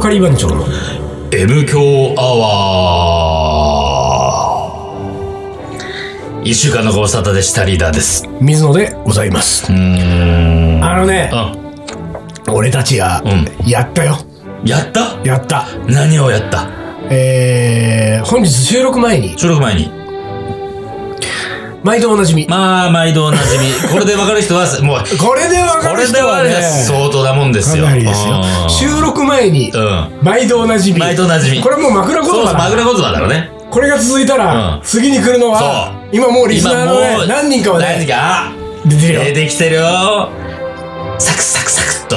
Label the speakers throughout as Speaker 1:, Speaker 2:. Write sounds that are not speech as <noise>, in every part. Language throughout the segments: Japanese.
Speaker 1: 係番長の
Speaker 2: M 強アワー一週間のご無沙汰でしたリーダーです。う
Speaker 1: 水野でございます
Speaker 2: ーん。
Speaker 1: あのね
Speaker 2: あ、
Speaker 1: 俺たちが
Speaker 2: う
Speaker 1: やったよ
Speaker 2: やった
Speaker 1: やった
Speaker 2: 何をやった
Speaker 1: えー、本日収録前に
Speaker 2: 収録前に。
Speaker 1: 毎度おなじみ、
Speaker 2: まあ、毎度おな
Speaker 1: <laughs>
Speaker 2: じみ。これでわかる人は、もう、
Speaker 1: これでわか
Speaker 2: こ
Speaker 1: る
Speaker 2: れ
Speaker 1: 人
Speaker 2: で
Speaker 1: は
Speaker 2: は
Speaker 1: ね
Speaker 2: ね、相当なもんです
Speaker 1: か
Speaker 2: よ。
Speaker 1: なりですよ収録前に
Speaker 2: うん。うん。
Speaker 1: 毎度おなじみ
Speaker 2: 毎度おなじみ。
Speaker 1: これもう枕言
Speaker 2: そう
Speaker 1: 葉
Speaker 2: そう、マグ
Speaker 1: だ
Speaker 2: ラ言葉だからね。
Speaker 1: これが続いたら
Speaker 2: うん
Speaker 1: 次に来るのは今もうリスナーのね何人かは
Speaker 2: 何人
Speaker 1: ね
Speaker 2: か、あ
Speaker 1: 出てるよ
Speaker 2: 出てきてるよ。サクサクサクっと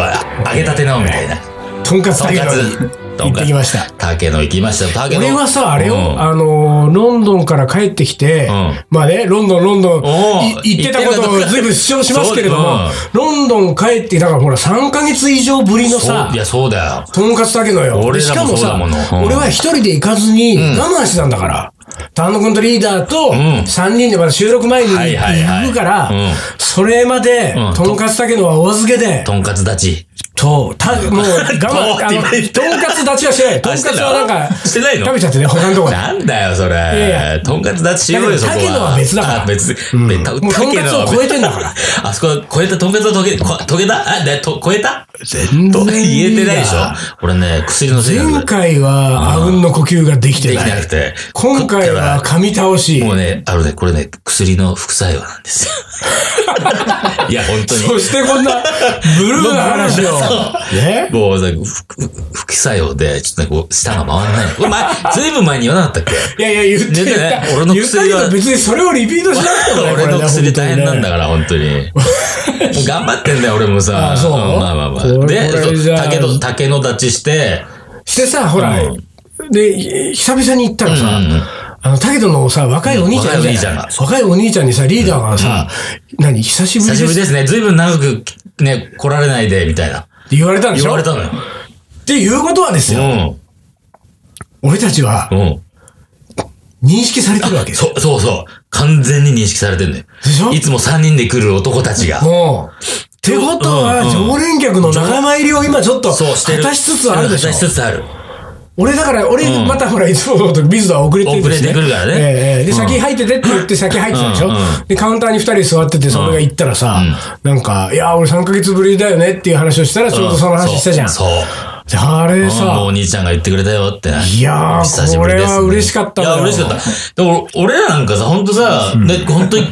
Speaker 2: 揚げたてのみたいな。
Speaker 1: とんかつ
Speaker 2: と
Speaker 1: だ
Speaker 2: ん
Speaker 1: け
Speaker 2: か
Speaker 1: ど
Speaker 2: つ。と
Speaker 1: 行っ
Speaker 2: んか
Speaker 1: て
Speaker 2: つ
Speaker 1: き。ました
Speaker 2: 竹野行きましたよ。竹野。
Speaker 1: 俺はさ、あれよ、
Speaker 2: うん
Speaker 1: あのーロンドンから帰ってきて、
Speaker 2: うん
Speaker 1: まあね、ロンドン、ロンドン、
Speaker 2: おう
Speaker 1: い行ってたこと
Speaker 2: 行って
Speaker 1: を
Speaker 2: た
Speaker 1: ずいぶん主張しますけれども、
Speaker 2: そ
Speaker 1: ロンドン帰って、だからほら、3ヶ月以上ぶりの
Speaker 2: そ
Speaker 1: さ
Speaker 2: うい、や、そうだよ。
Speaker 1: とんかつだけのよ。
Speaker 2: 俺
Speaker 1: でし
Speaker 2: ら
Speaker 1: か
Speaker 2: も
Speaker 1: も
Speaker 2: そう
Speaker 1: さ
Speaker 2: だもの、うん
Speaker 1: 俺は一人で行かずに我慢してたんだから。単独のリーダーと
Speaker 2: ん
Speaker 1: 3人でまだ収録前に
Speaker 2: はいはいはい
Speaker 1: 行くから
Speaker 2: うん、
Speaker 1: それまで
Speaker 2: うん、
Speaker 1: とんかつだけのはお預けで、
Speaker 2: とんかつ立ち。
Speaker 1: と、た、もう、我慢、
Speaker 2: と
Speaker 1: あの、とん
Speaker 2: って言って
Speaker 1: かつ立ちはしてない。とん
Speaker 2: あ
Speaker 1: か
Speaker 2: し
Speaker 1: つ
Speaker 2: てんの
Speaker 1: はなんか、
Speaker 2: してないの
Speaker 1: 食べちゃってね、他のとこで。
Speaker 2: なんだよ、そ
Speaker 1: やい
Speaker 2: れ。とんかつ立ちしようよ、そこ
Speaker 1: だ
Speaker 2: は。
Speaker 1: けど竹野は別だから
Speaker 2: あ別。別た
Speaker 1: もうとんかつを超えてんだから。
Speaker 2: <laughs> あそこは超えた、とんかつは溶け、こ溶けたあ、で、と、超えた
Speaker 1: 全
Speaker 2: と
Speaker 1: 然
Speaker 2: 言えてないでしょ
Speaker 1: や
Speaker 2: 俺ね、薬のせいで
Speaker 1: 前回は、あうんの呼吸ができて
Speaker 2: でき
Speaker 1: な
Speaker 2: ないく。て。
Speaker 1: 今回は、噛み倒し。
Speaker 2: もうね、あのね、これね、薬の副作用なんです
Speaker 1: <laughs>
Speaker 2: よ。いや、本当に。
Speaker 1: そしてこんな、ブルーな
Speaker 2: <laughs>
Speaker 1: 話を。ね
Speaker 2: もうなんか、副副作用で、ちょっとね、こう、舌が回らない。これ前、ずいぶん前に言わなかったっ
Speaker 1: <laughs>
Speaker 2: け
Speaker 1: いやいや、言って
Speaker 2: 言って
Speaker 1: 言
Speaker 2: ね
Speaker 1: った。
Speaker 2: 俺の
Speaker 1: 言ったけ
Speaker 2: 薬は
Speaker 1: ど別にそれをリピートしなくてもね。
Speaker 2: <laughs> 俺の薬大変なん
Speaker 1: か
Speaker 2: だから、本当に。もう頑張ってんだよ、俺もさ。
Speaker 1: あそう
Speaker 2: まあまあまあ。
Speaker 1: これ
Speaker 2: で、
Speaker 1: これ
Speaker 2: そう
Speaker 1: じゃあ
Speaker 2: 竹の、竹の立ちして、
Speaker 1: ら。してさ、ほら
Speaker 2: う、
Speaker 1: で、久々に行ったらさ
Speaker 2: うんうんうん、
Speaker 1: あの、だけどのさ、若いお兄ちゃんいるじゃ
Speaker 2: うん
Speaker 1: ん若いお兄ちゃんにさ、リーダーがさ、何、久しぶ
Speaker 2: 久
Speaker 1: り
Speaker 2: し
Speaker 1: で
Speaker 2: ぶり
Speaker 1: すっ
Speaker 2: ですね。ずいぶん長く、ね、来られないで、みたいな。
Speaker 1: て言われたんでし
Speaker 2: 言
Speaker 1: ょ
Speaker 2: われ
Speaker 1: った
Speaker 2: のよ。
Speaker 1: ていうことはです
Speaker 2: う
Speaker 1: よ、俺たちは
Speaker 2: ん。うん。
Speaker 1: 認識されてるわけですよ。
Speaker 2: そう、そうそう。完全に認識されてんだよ。
Speaker 1: でしょ
Speaker 2: いつも3人で来る男たちが。
Speaker 1: もう。ってことは、
Speaker 2: うんうん
Speaker 1: 常連客の仲間入りを今ちょっと、
Speaker 2: そうしてる。
Speaker 1: 果たしつつあるでし
Speaker 2: 果
Speaker 1: ょ
Speaker 2: たし。つつある。
Speaker 1: 俺だから、俺
Speaker 2: うん
Speaker 1: またほら、いつものこと水野は遅れてるんですね
Speaker 2: 遅れてくるからね
Speaker 1: ええええで、先入っててって言って先入ってたでし
Speaker 2: うん
Speaker 1: ょ
Speaker 2: うん。
Speaker 1: で、カウンターに二人座ってて、それが行ったらさ、なんか、いや、俺3ヶ月ぶりだよねっていう話をしたら、ちょうどその話したじゃん。
Speaker 2: そう。そう
Speaker 1: であれ
Speaker 2: うんもうお
Speaker 1: さ、
Speaker 2: 兄ちゃんが言ってくれたよってね。
Speaker 1: いやー
Speaker 2: 久しぶりですね
Speaker 1: これは嬉しかった
Speaker 2: い
Speaker 1: のよ
Speaker 2: や、嬉しかった。でも、俺らなんかさ、ほんとさ、ね、ほんと1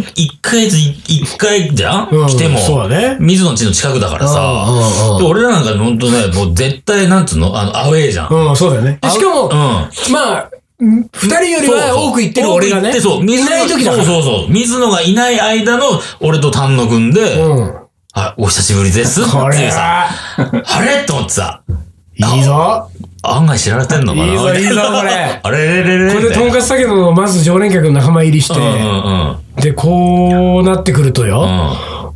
Speaker 2: ヶ月1回じゃん
Speaker 1: うん
Speaker 2: 来ても。
Speaker 1: そうだね
Speaker 2: 水野地の近くだから
Speaker 1: うんうんう
Speaker 2: さ
Speaker 1: ん。
Speaker 2: で、俺らなんかほんとね、もう絶対、なんつうのあの、アウェーじゃん。
Speaker 1: うん、そうだよね。でしかも
Speaker 2: う、ん。
Speaker 1: まあ、ん二人よりは多く行ってる俺がね、
Speaker 2: で、そう、水
Speaker 1: い
Speaker 2: 野
Speaker 1: ない時だから。
Speaker 2: そうそうそう。水野がいない間の、俺と丹野くんで、
Speaker 1: うん。
Speaker 2: あ、お久しぶりですって
Speaker 1: こ
Speaker 2: い
Speaker 1: れ
Speaker 2: うさ、
Speaker 1: は、
Speaker 2: あれと思ってさ、
Speaker 1: いいぞ。
Speaker 2: 案外知られてんのかな。
Speaker 1: いいぞいい
Speaker 2: <laughs>
Speaker 1: ぞこれ
Speaker 2: あれれれれれ。
Speaker 1: これでとんかつだけど、まず常連客の仲間入りして、
Speaker 2: うんうんうん。
Speaker 1: で、こうなってくるとよ、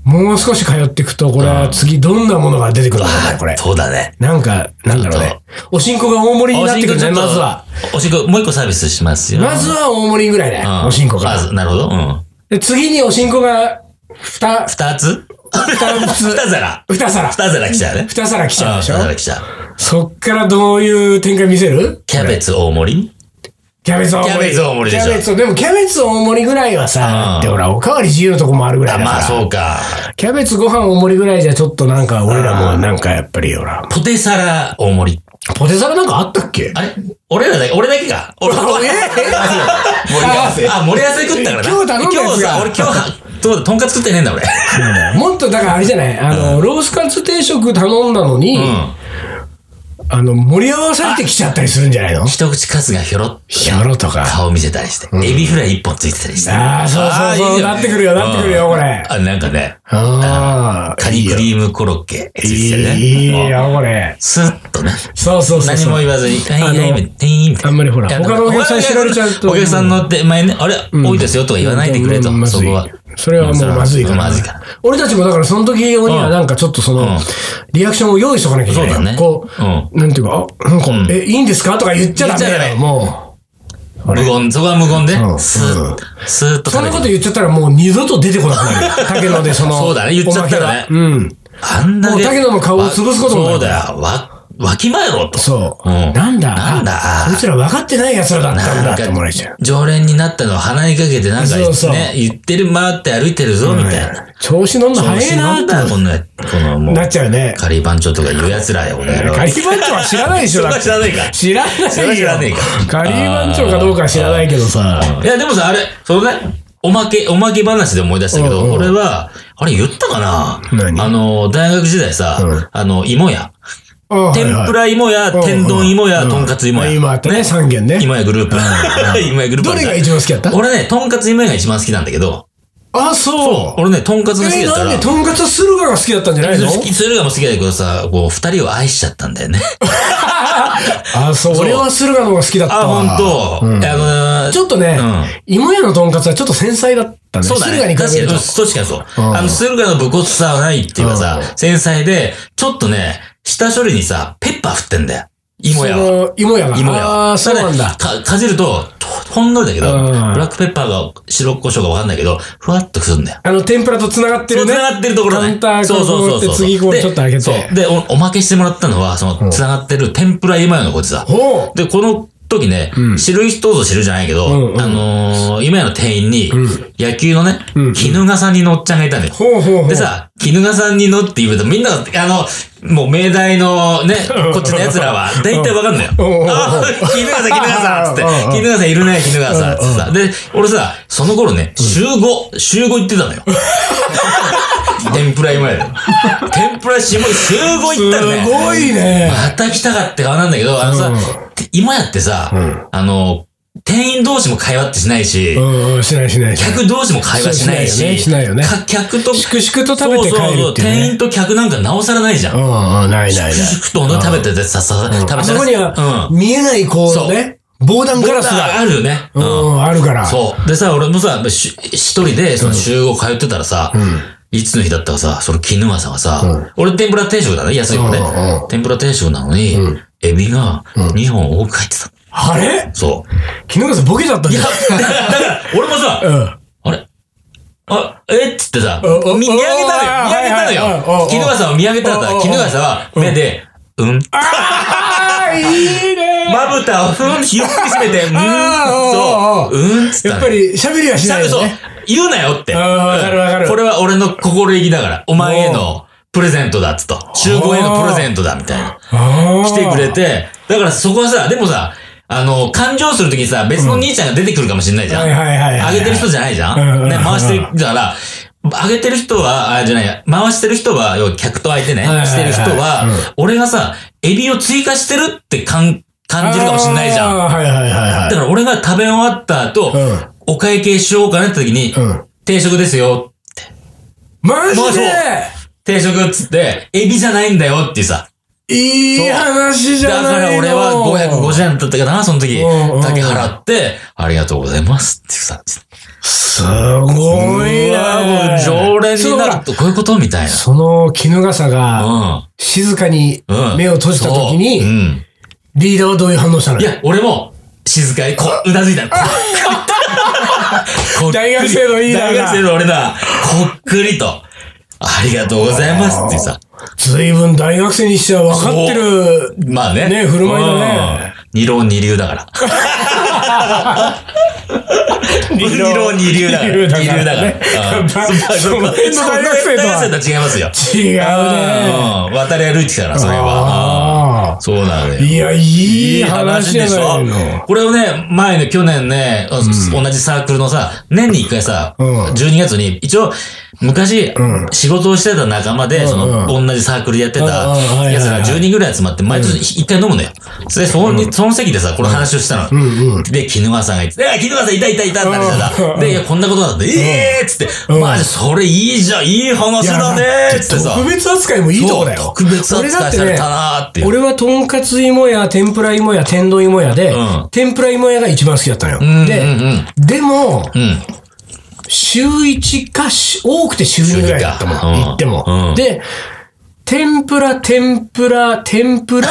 Speaker 2: う
Speaker 1: もう少し通っていくと、これは次どんなものが出てくるのかね、
Speaker 2: ん。
Speaker 1: これ。
Speaker 2: そうだね。
Speaker 1: なんか、なんだろうね。おしんこが大盛りになってくるね、まずは。。
Speaker 2: おしんこ、もう一個サービスしますよ。
Speaker 1: まずは大盛りぐらいね
Speaker 2: う、
Speaker 1: おしんこが
Speaker 2: ま。ずなるほど。うん。
Speaker 1: で、次におしんこが、二、
Speaker 2: 二つ
Speaker 1: 二つ
Speaker 2: 二皿。
Speaker 1: 二皿。
Speaker 2: 二皿来ちゃうね。
Speaker 1: 二皿来ちゃうでしょ
Speaker 2: ん二皿来ちゃう。
Speaker 1: そっからどういう展開見せる
Speaker 2: キャベツ大盛り
Speaker 1: キャベツ大盛り。
Speaker 2: キャベツ大盛りでしょ
Speaker 1: キャベツ、でもキャベツ大盛りぐらいは
Speaker 2: う
Speaker 1: さ
Speaker 2: ん、
Speaker 1: でほら、おかわり自由のとこもあるぐらい
Speaker 2: あ、
Speaker 1: だから。
Speaker 2: まあそうか。
Speaker 1: キャベツご飯大盛りぐらいじゃちょっとなんか俺らもなんかやっぱりほら。
Speaker 2: ポテサラ大盛り。
Speaker 1: ポテサラなんかあったっけ
Speaker 2: あれ俺らだけ、俺だけか。俺、俺
Speaker 3: 盛り合わせ。
Speaker 2: あ、盛り合わせ食ったからな。
Speaker 1: 今日頼んだやつが
Speaker 2: 今日さ、俺今日、どうだ、とんかつ食ってねえ
Speaker 1: <laughs>
Speaker 2: んだ俺。
Speaker 1: もっとだからあれじゃないあの、ロースカツ定食頼んだのに、
Speaker 2: うん。
Speaker 1: あの、盛り合わされてきちゃったりするんじゃないの
Speaker 2: 一口カツがひょろっと
Speaker 1: ヒャロとか。
Speaker 2: 顔見せたりして、エビフライ一本ついてたりして。
Speaker 1: あーそうそうそう
Speaker 2: あーいいね
Speaker 1: なってくるよなってくるよこれ
Speaker 2: あ、なんかね、
Speaker 1: ああ。
Speaker 2: カニクリームコロッケついてたりね。
Speaker 1: いい
Speaker 2: もう
Speaker 1: よ、これ。
Speaker 2: スッとね。
Speaker 1: そうそうそう
Speaker 2: 何
Speaker 1: そう。
Speaker 2: も言わずに、はいはいはい店員みたいな
Speaker 1: あんまりほら
Speaker 2: いや
Speaker 1: 他のお客さんに知られちゃうと
Speaker 2: お客さんの手前ね、あれ、多いですよとか言わないでくれと
Speaker 1: うん、ま
Speaker 2: そ
Speaker 1: ずい
Speaker 2: こは。
Speaker 1: それはもうまずいから。
Speaker 2: まずいから。
Speaker 1: 俺たちもだからその時用にはなんかちょっとその、
Speaker 2: うん
Speaker 1: リアクションを用意しとかなきゃいけないよ。
Speaker 2: そうだね
Speaker 1: こう、なんていうか、あ、なんか、
Speaker 2: ん
Speaker 1: え、いいんですかとか言っちゃダメ
Speaker 2: 言っち
Speaker 1: だ
Speaker 2: ゃダメ
Speaker 1: よ、も
Speaker 2: 無言、そこは無言で
Speaker 1: う、ん
Speaker 2: スーッと、スーッと
Speaker 1: う。そん
Speaker 2: 食べ
Speaker 1: な
Speaker 2: て
Speaker 1: こと言っちゃったらもう二度と出てこなくなるよ。竹野でその、
Speaker 2: そうだね言っちゃったら
Speaker 1: おま
Speaker 2: ね
Speaker 1: けがうん。
Speaker 2: あんだけ。
Speaker 1: もう竹野の顔を潰すこともない
Speaker 2: そうだよ。わ、わきまえろと。
Speaker 1: そう。
Speaker 2: うん
Speaker 1: なんだ
Speaker 2: なんだ
Speaker 1: あこいつら分かってない奴らだったんだって思われちゃう。
Speaker 2: 常連になったのを鼻にかけてなんかね、
Speaker 1: そうそう
Speaker 2: 言ってる回って歩いてるぞ、みたいな。
Speaker 1: うん調子乗んの
Speaker 2: 調
Speaker 1: 早
Speaker 2: 子
Speaker 1: い
Speaker 2: 乗
Speaker 1: なんー
Speaker 2: だ
Speaker 1: っ
Speaker 2: こんな、このも
Speaker 1: て
Speaker 2: う
Speaker 1: な、っちゃうね。
Speaker 2: カリー番長とかいう奴らよ、この野郎
Speaker 1: カリー番長は知らないでしょ、だって
Speaker 2: そこは知らないか
Speaker 1: 知ら
Speaker 2: それは
Speaker 1: ない
Speaker 2: 知
Speaker 1: よ
Speaker 2: らねえ。か。
Speaker 1: カリー番長かどうかは知らないけどさ。
Speaker 2: いや、でもさ、あれ、そのね、おまけ、おまけ話で思い出したけ
Speaker 1: うんう
Speaker 2: ど、
Speaker 1: ん
Speaker 2: 俺は、あれ言ったかな
Speaker 1: 何
Speaker 2: あの、大学時代
Speaker 1: うん
Speaker 2: さ、あの、芋屋。天ぷ
Speaker 1: ら
Speaker 2: ら芋や、天丼芋や、とんかつ芋や。
Speaker 1: 今あったね、3軒ね。
Speaker 2: 芋やグループ。 <laughs> 芋やグループ。
Speaker 1: どれが一番好きだった
Speaker 2: 俺ね、とんかつ芋屋が一番好きなんだけど、
Speaker 1: あ、そう。
Speaker 2: 俺ね、とんかつが好き
Speaker 1: え、
Speaker 2: だった
Speaker 1: なん
Speaker 2: ら
Speaker 1: で、、とんかつするがが好きだったんじゃないの
Speaker 2: 好き、駿河も好きだけどさ、こう、二人を愛しちゃったんだよね。
Speaker 1: あ、そう。
Speaker 2: そう
Speaker 1: 俺は駿河の方が好きだった
Speaker 2: <laughs> あ、
Speaker 1: わ。
Speaker 2: ほんと。あのー
Speaker 1: ちょっとね
Speaker 2: うん、
Speaker 1: 芋屋のとんかつはちょっと繊細だったね。
Speaker 2: そうだ
Speaker 1: 駿
Speaker 2: ね。
Speaker 1: 河に比
Speaker 2: 確
Speaker 1: べ
Speaker 2: か
Speaker 1: る
Speaker 2: に、
Speaker 1: と
Speaker 2: うん。確かにそう。
Speaker 1: うん
Speaker 2: あの、駿河の武骨さはないっていうかさ
Speaker 1: う、
Speaker 2: 繊細で、ちょっとね、下処理にさ、ペッパー振ってんだよ。芋屋は。
Speaker 1: その芋屋が。
Speaker 2: 芋屋は。
Speaker 1: あーそうなんだ。
Speaker 2: ただねか、かじると、とほんのりだけど、
Speaker 1: うん
Speaker 2: ブラックペッパーが白胡椒がわかんないけど、ふわっとくすんだよ。
Speaker 1: あの、天ぷらと繋がって
Speaker 2: そ
Speaker 1: る
Speaker 2: う、
Speaker 1: ね。
Speaker 2: 繋がってるところね。
Speaker 1: カウンター
Speaker 2: そうそうそうそう。
Speaker 1: こう持って次こう
Speaker 2: で
Speaker 1: ちょっと上げて
Speaker 2: そう。で、おおまけしてもらったのは、その、繋がってる天ぷら芋屋のこいつだ。
Speaker 1: ほう。
Speaker 2: で、この時ね、
Speaker 1: うん
Speaker 2: 知る人ぞ知るじゃないけど、
Speaker 1: うんうん
Speaker 2: あのー、今やの店員に、
Speaker 1: ん
Speaker 2: 野球のね
Speaker 1: うんう、ん
Speaker 2: 絹笠にのおっちゃんがいたんだよ。
Speaker 1: ほうほうほう。
Speaker 2: でさ、絹笠にのって言うと、みんなが、あの、もう命題のね、こっちの奴らは、だいたいわかんないよ
Speaker 1: うんう。ん
Speaker 2: あー
Speaker 1: <laughs>
Speaker 2: 絹笠、絹笠っつ
Speaker 1: うんう
Speaker 2: っ
Speaker 1: ん
Speaker 2: て、絹笠いるね、絹笠っつってさ。で、俺さ、その頃ね、週5、週5行ってた
Speaker 1: <laughs>
Speaker 2: のよ。天ぷら今やで。天ぷら週5行ったのね。
Speaker 1: すごいね。
Speaker 2: また来たかって顔なんだけど、あのさ、
Speaker 1: うん
Speaker 2: 今やってさ、
Speaker 1: ん
Speaker 2: あの、店員同士も会話ってしないし、
Speaker 1: うんうん、しないしないしない。
Speaker 2: 客同士も会話しないし、
Speaker 1: そうしないよねしないよ
Speaker 2: か客と、
Speaker 1: 粛々と食べて帰るっていうね
Speaker 2: そうそうそう店員と客なんかなおさらないじゃん。
Speaker 1: うんうん、ないないない。
Speaker 2: 粛々と同じ食べててさ、さ、食べて
Speaker 1: あそこには、見えない、こうね、防弾
Speaker 2: うん。
Speaker 1: ガ
Speaker 2: ガ
Speaker 1: ラ
Speaker 2: ラ
Speaker 1: ス
Speaker 2: ス
Speaker 1: が、
Speaker 2: があるよね。
Speaker 1: う
Speaker 2: うん
Speaker 1: ん、あるから。
Speaker 2: そう。でさ、俺もさ、し一人で、その集合通ってたらさ、いつの日だったかさ、その絹間さんがさ、俺天ぷら定食だね、安いもんね。
Speaker 1: うん
Speaker 2: 天ぷら定食なのに、エビが2本多く入ってた。
Speaker 1: あれ
Speaker 2: そう。
Speaker 1: 昨日さ、ボケだったんだ
Speaker 2: いや、
Speaker 1: よ。
Speaker 2: だから、だから俺もさ、
Speaker 1: うん。
Speaker 2: あれあ、えっつってさ、
Speaker 1: うんうん
Speaker 2: み見上げたのよ。見上げたの
Speaker 1: はいはいはいうんう
Speaker 2: よ。
Speaker 1: ん
Speaker 2: 絹川さんを見上げたら
Speaker 1: うんう
Speaker 2: さ、
Speaker 1: ん
Speaker 2: 絹川さんは目で、うん。
Speaker 1: ああ、いいね。
Speaker 2: まぶたをふんってゆっくり閉めて、うん。
Speaker 1: あー
Speaker 2: そう。うんっつったの
Speaker 1: やっぱり、喋りはし
Speaker 2: ちゃ
Speaker 1: なんい
Speaker 2: と
Speaker 1: よ
Speaker 2: そう
Speaker 1: ね。、
Speaker 2: 言うなよって。
Speaker 1: うんわかるわかる
Speaker 2: これは俺の心意気だから、お前へのプレゼントだっつと。集合へのプレゼントだ、みたいな。
Speaker 1: あー
Speaker 2: 来てくれて、だからそこはさ、でもさ、あの、感情するときにさ、別の兄ちゃんが出てくるかもしれないじゃん。
Speaker 1: はいはいはいはい
Speaker 2: あげてる人じゃないじゃ。
Speaker 1: うんうんうんん
Speaker 2: ね、回してる、だから、あげてる人は、あ、じゃないや、回してる人は、要は客と相手ね、
Speaker 1: はいはいはい
Speaker 2: してる人は、俺がさ、エビを追加してるって感、感じるかもしれないじゃん。
Speaker 1: あーはいはいはい
Speaker 2: だ
Speaker 1: は
Speaker 2: から俺が食べ終わった後、
Speaker 1: うん
Speaker 2: お会計しようかなって時に、
Speaker 1: い。うん。
Speaker 2: 定食ですよ。
Speaker 1: マ
Speaker 2: もう
Speaker 1: ジ
Speaker 2: そう
Speaker 1: で
Speaker 2: 定食っつって、エビじゃないんだよっていうさ。
Speaker 1: いい話じ
Speaker 2: だ
Speaker 1: ゃないの
Speaker 2: から俺は550円だったかな、その時
Speaker 1: うんう。ん
Speaker 2: だけ払って、ありがとうございますっていうさ。
Speaker 1: すごいな
Speaker 2: うわもう常連になるとこういうことみたい
Speaker 1: その絹笠
Speaker 2: な。
Speaker 1: が
Speaker 2: う
Speaker 1: 静かに
Speaker 2: ん。うん。
Speaker 1: 目を閉じた時に、
Speaker 2: そううん。
Speaker 1: リーダーはどういう反応したの
Speaker 2: いや、俺も、静かに、こう、うなず
Speaker 1: <laughs>
Speaker 2: いた。こっくり
Speaker 1: 大学生のリーダー
Speaker 2: 大
Speaker 1: が
Speaker 2: 学生の俺だ。こっくりと。ありがとうございますっていうさ。
Speaker 1: 随分大学生にしては分かってる。
Speaker 2: まあね。
Speaker 1: ね振る舞いだね
Speaker 2: うん。二浪二流だから。
Speaker 1: <laughs>
Speaker 2: 二浪二流だから。二流だから。う
Speaker 1: <laughs>
Speaker 2: ん
Speaker 1: その辺の
Speaker 2: そんな
Speaker 1: 大学生と
Speaker 2: 大学
Speaker 1: は
Speaker 2: 生とは違いますよ。
Speaker 1: 違うね。
Speaker 2: うん。渡り歩いてたから、それは。うん
Speaker 1: あ
Speaker 2: そうなのよ
Speaker 1: あ。。いや、い
Speaker 2: い
Speaker 1: い
Speaker 2: い
Speaker 1: 話
Speaker 2: 話
Speaker 1: じ
Speaker 2: で
Speaker 1: ゃ
Speaker 2: し
Speaker 1: な
Speaker 2: ょ
Speaker 1: いの。
Speaker 2: これをね、前の去年ね、同じサークルのさ、年に一回さ、
Speaker 1: うん
Speaker 2: 12月に、一応、昔、
Speaker 1: うん仕
Speaker 2: 仕事をしてた仲間で、その、
Speaker 1: う
Speaker 2: 同じサークルでやってた
Speaker 1: うんうんはいはいはい
Speaker 2: 奴ら10人ぐらい集まって、毎年一回飲むのよ。で、その、その席でさ、この話をしたの。
Speaker 1: うんうん。
Speaker 2: で、絹川さんが言って、え、絹川さんいたいたいたってなって
Speaker 1: うんう
Speaker 2: さ、
Speaker 1: ん
Speaker 2: で、いや、こんなことだって、ええーっつって、
Speaker 1: うん
Speaker 2: マジ、それいいじゃん、いい話だねーっつってさ、
Speaker 1: 特別扱いもいいとこだ
Speaker 2: そう
Speaker 1: よ。
Speaker 2: 特別扱いされたなーっていう。
Speaker 1: 俺はとんかつ芋や天ぷら芋や天丼芋やで、
Speaker 2: うん
Speaker 1: 天ぷら芋屋が一番好きだったのよ。
Speaker 2: うん
Speaker 1: で、
Speaker 2: うんうん
Speaker 1: でも、
Speaker 2: うん。
Speaker 1: 週1かし、多くて週2ぐらいだったもん
Speaker 2: 週二。かうん
Speaker 1: 行っても、
Speaker 2: うん
Speaker 1: で、天ぷら、天ぷら、天ぷら、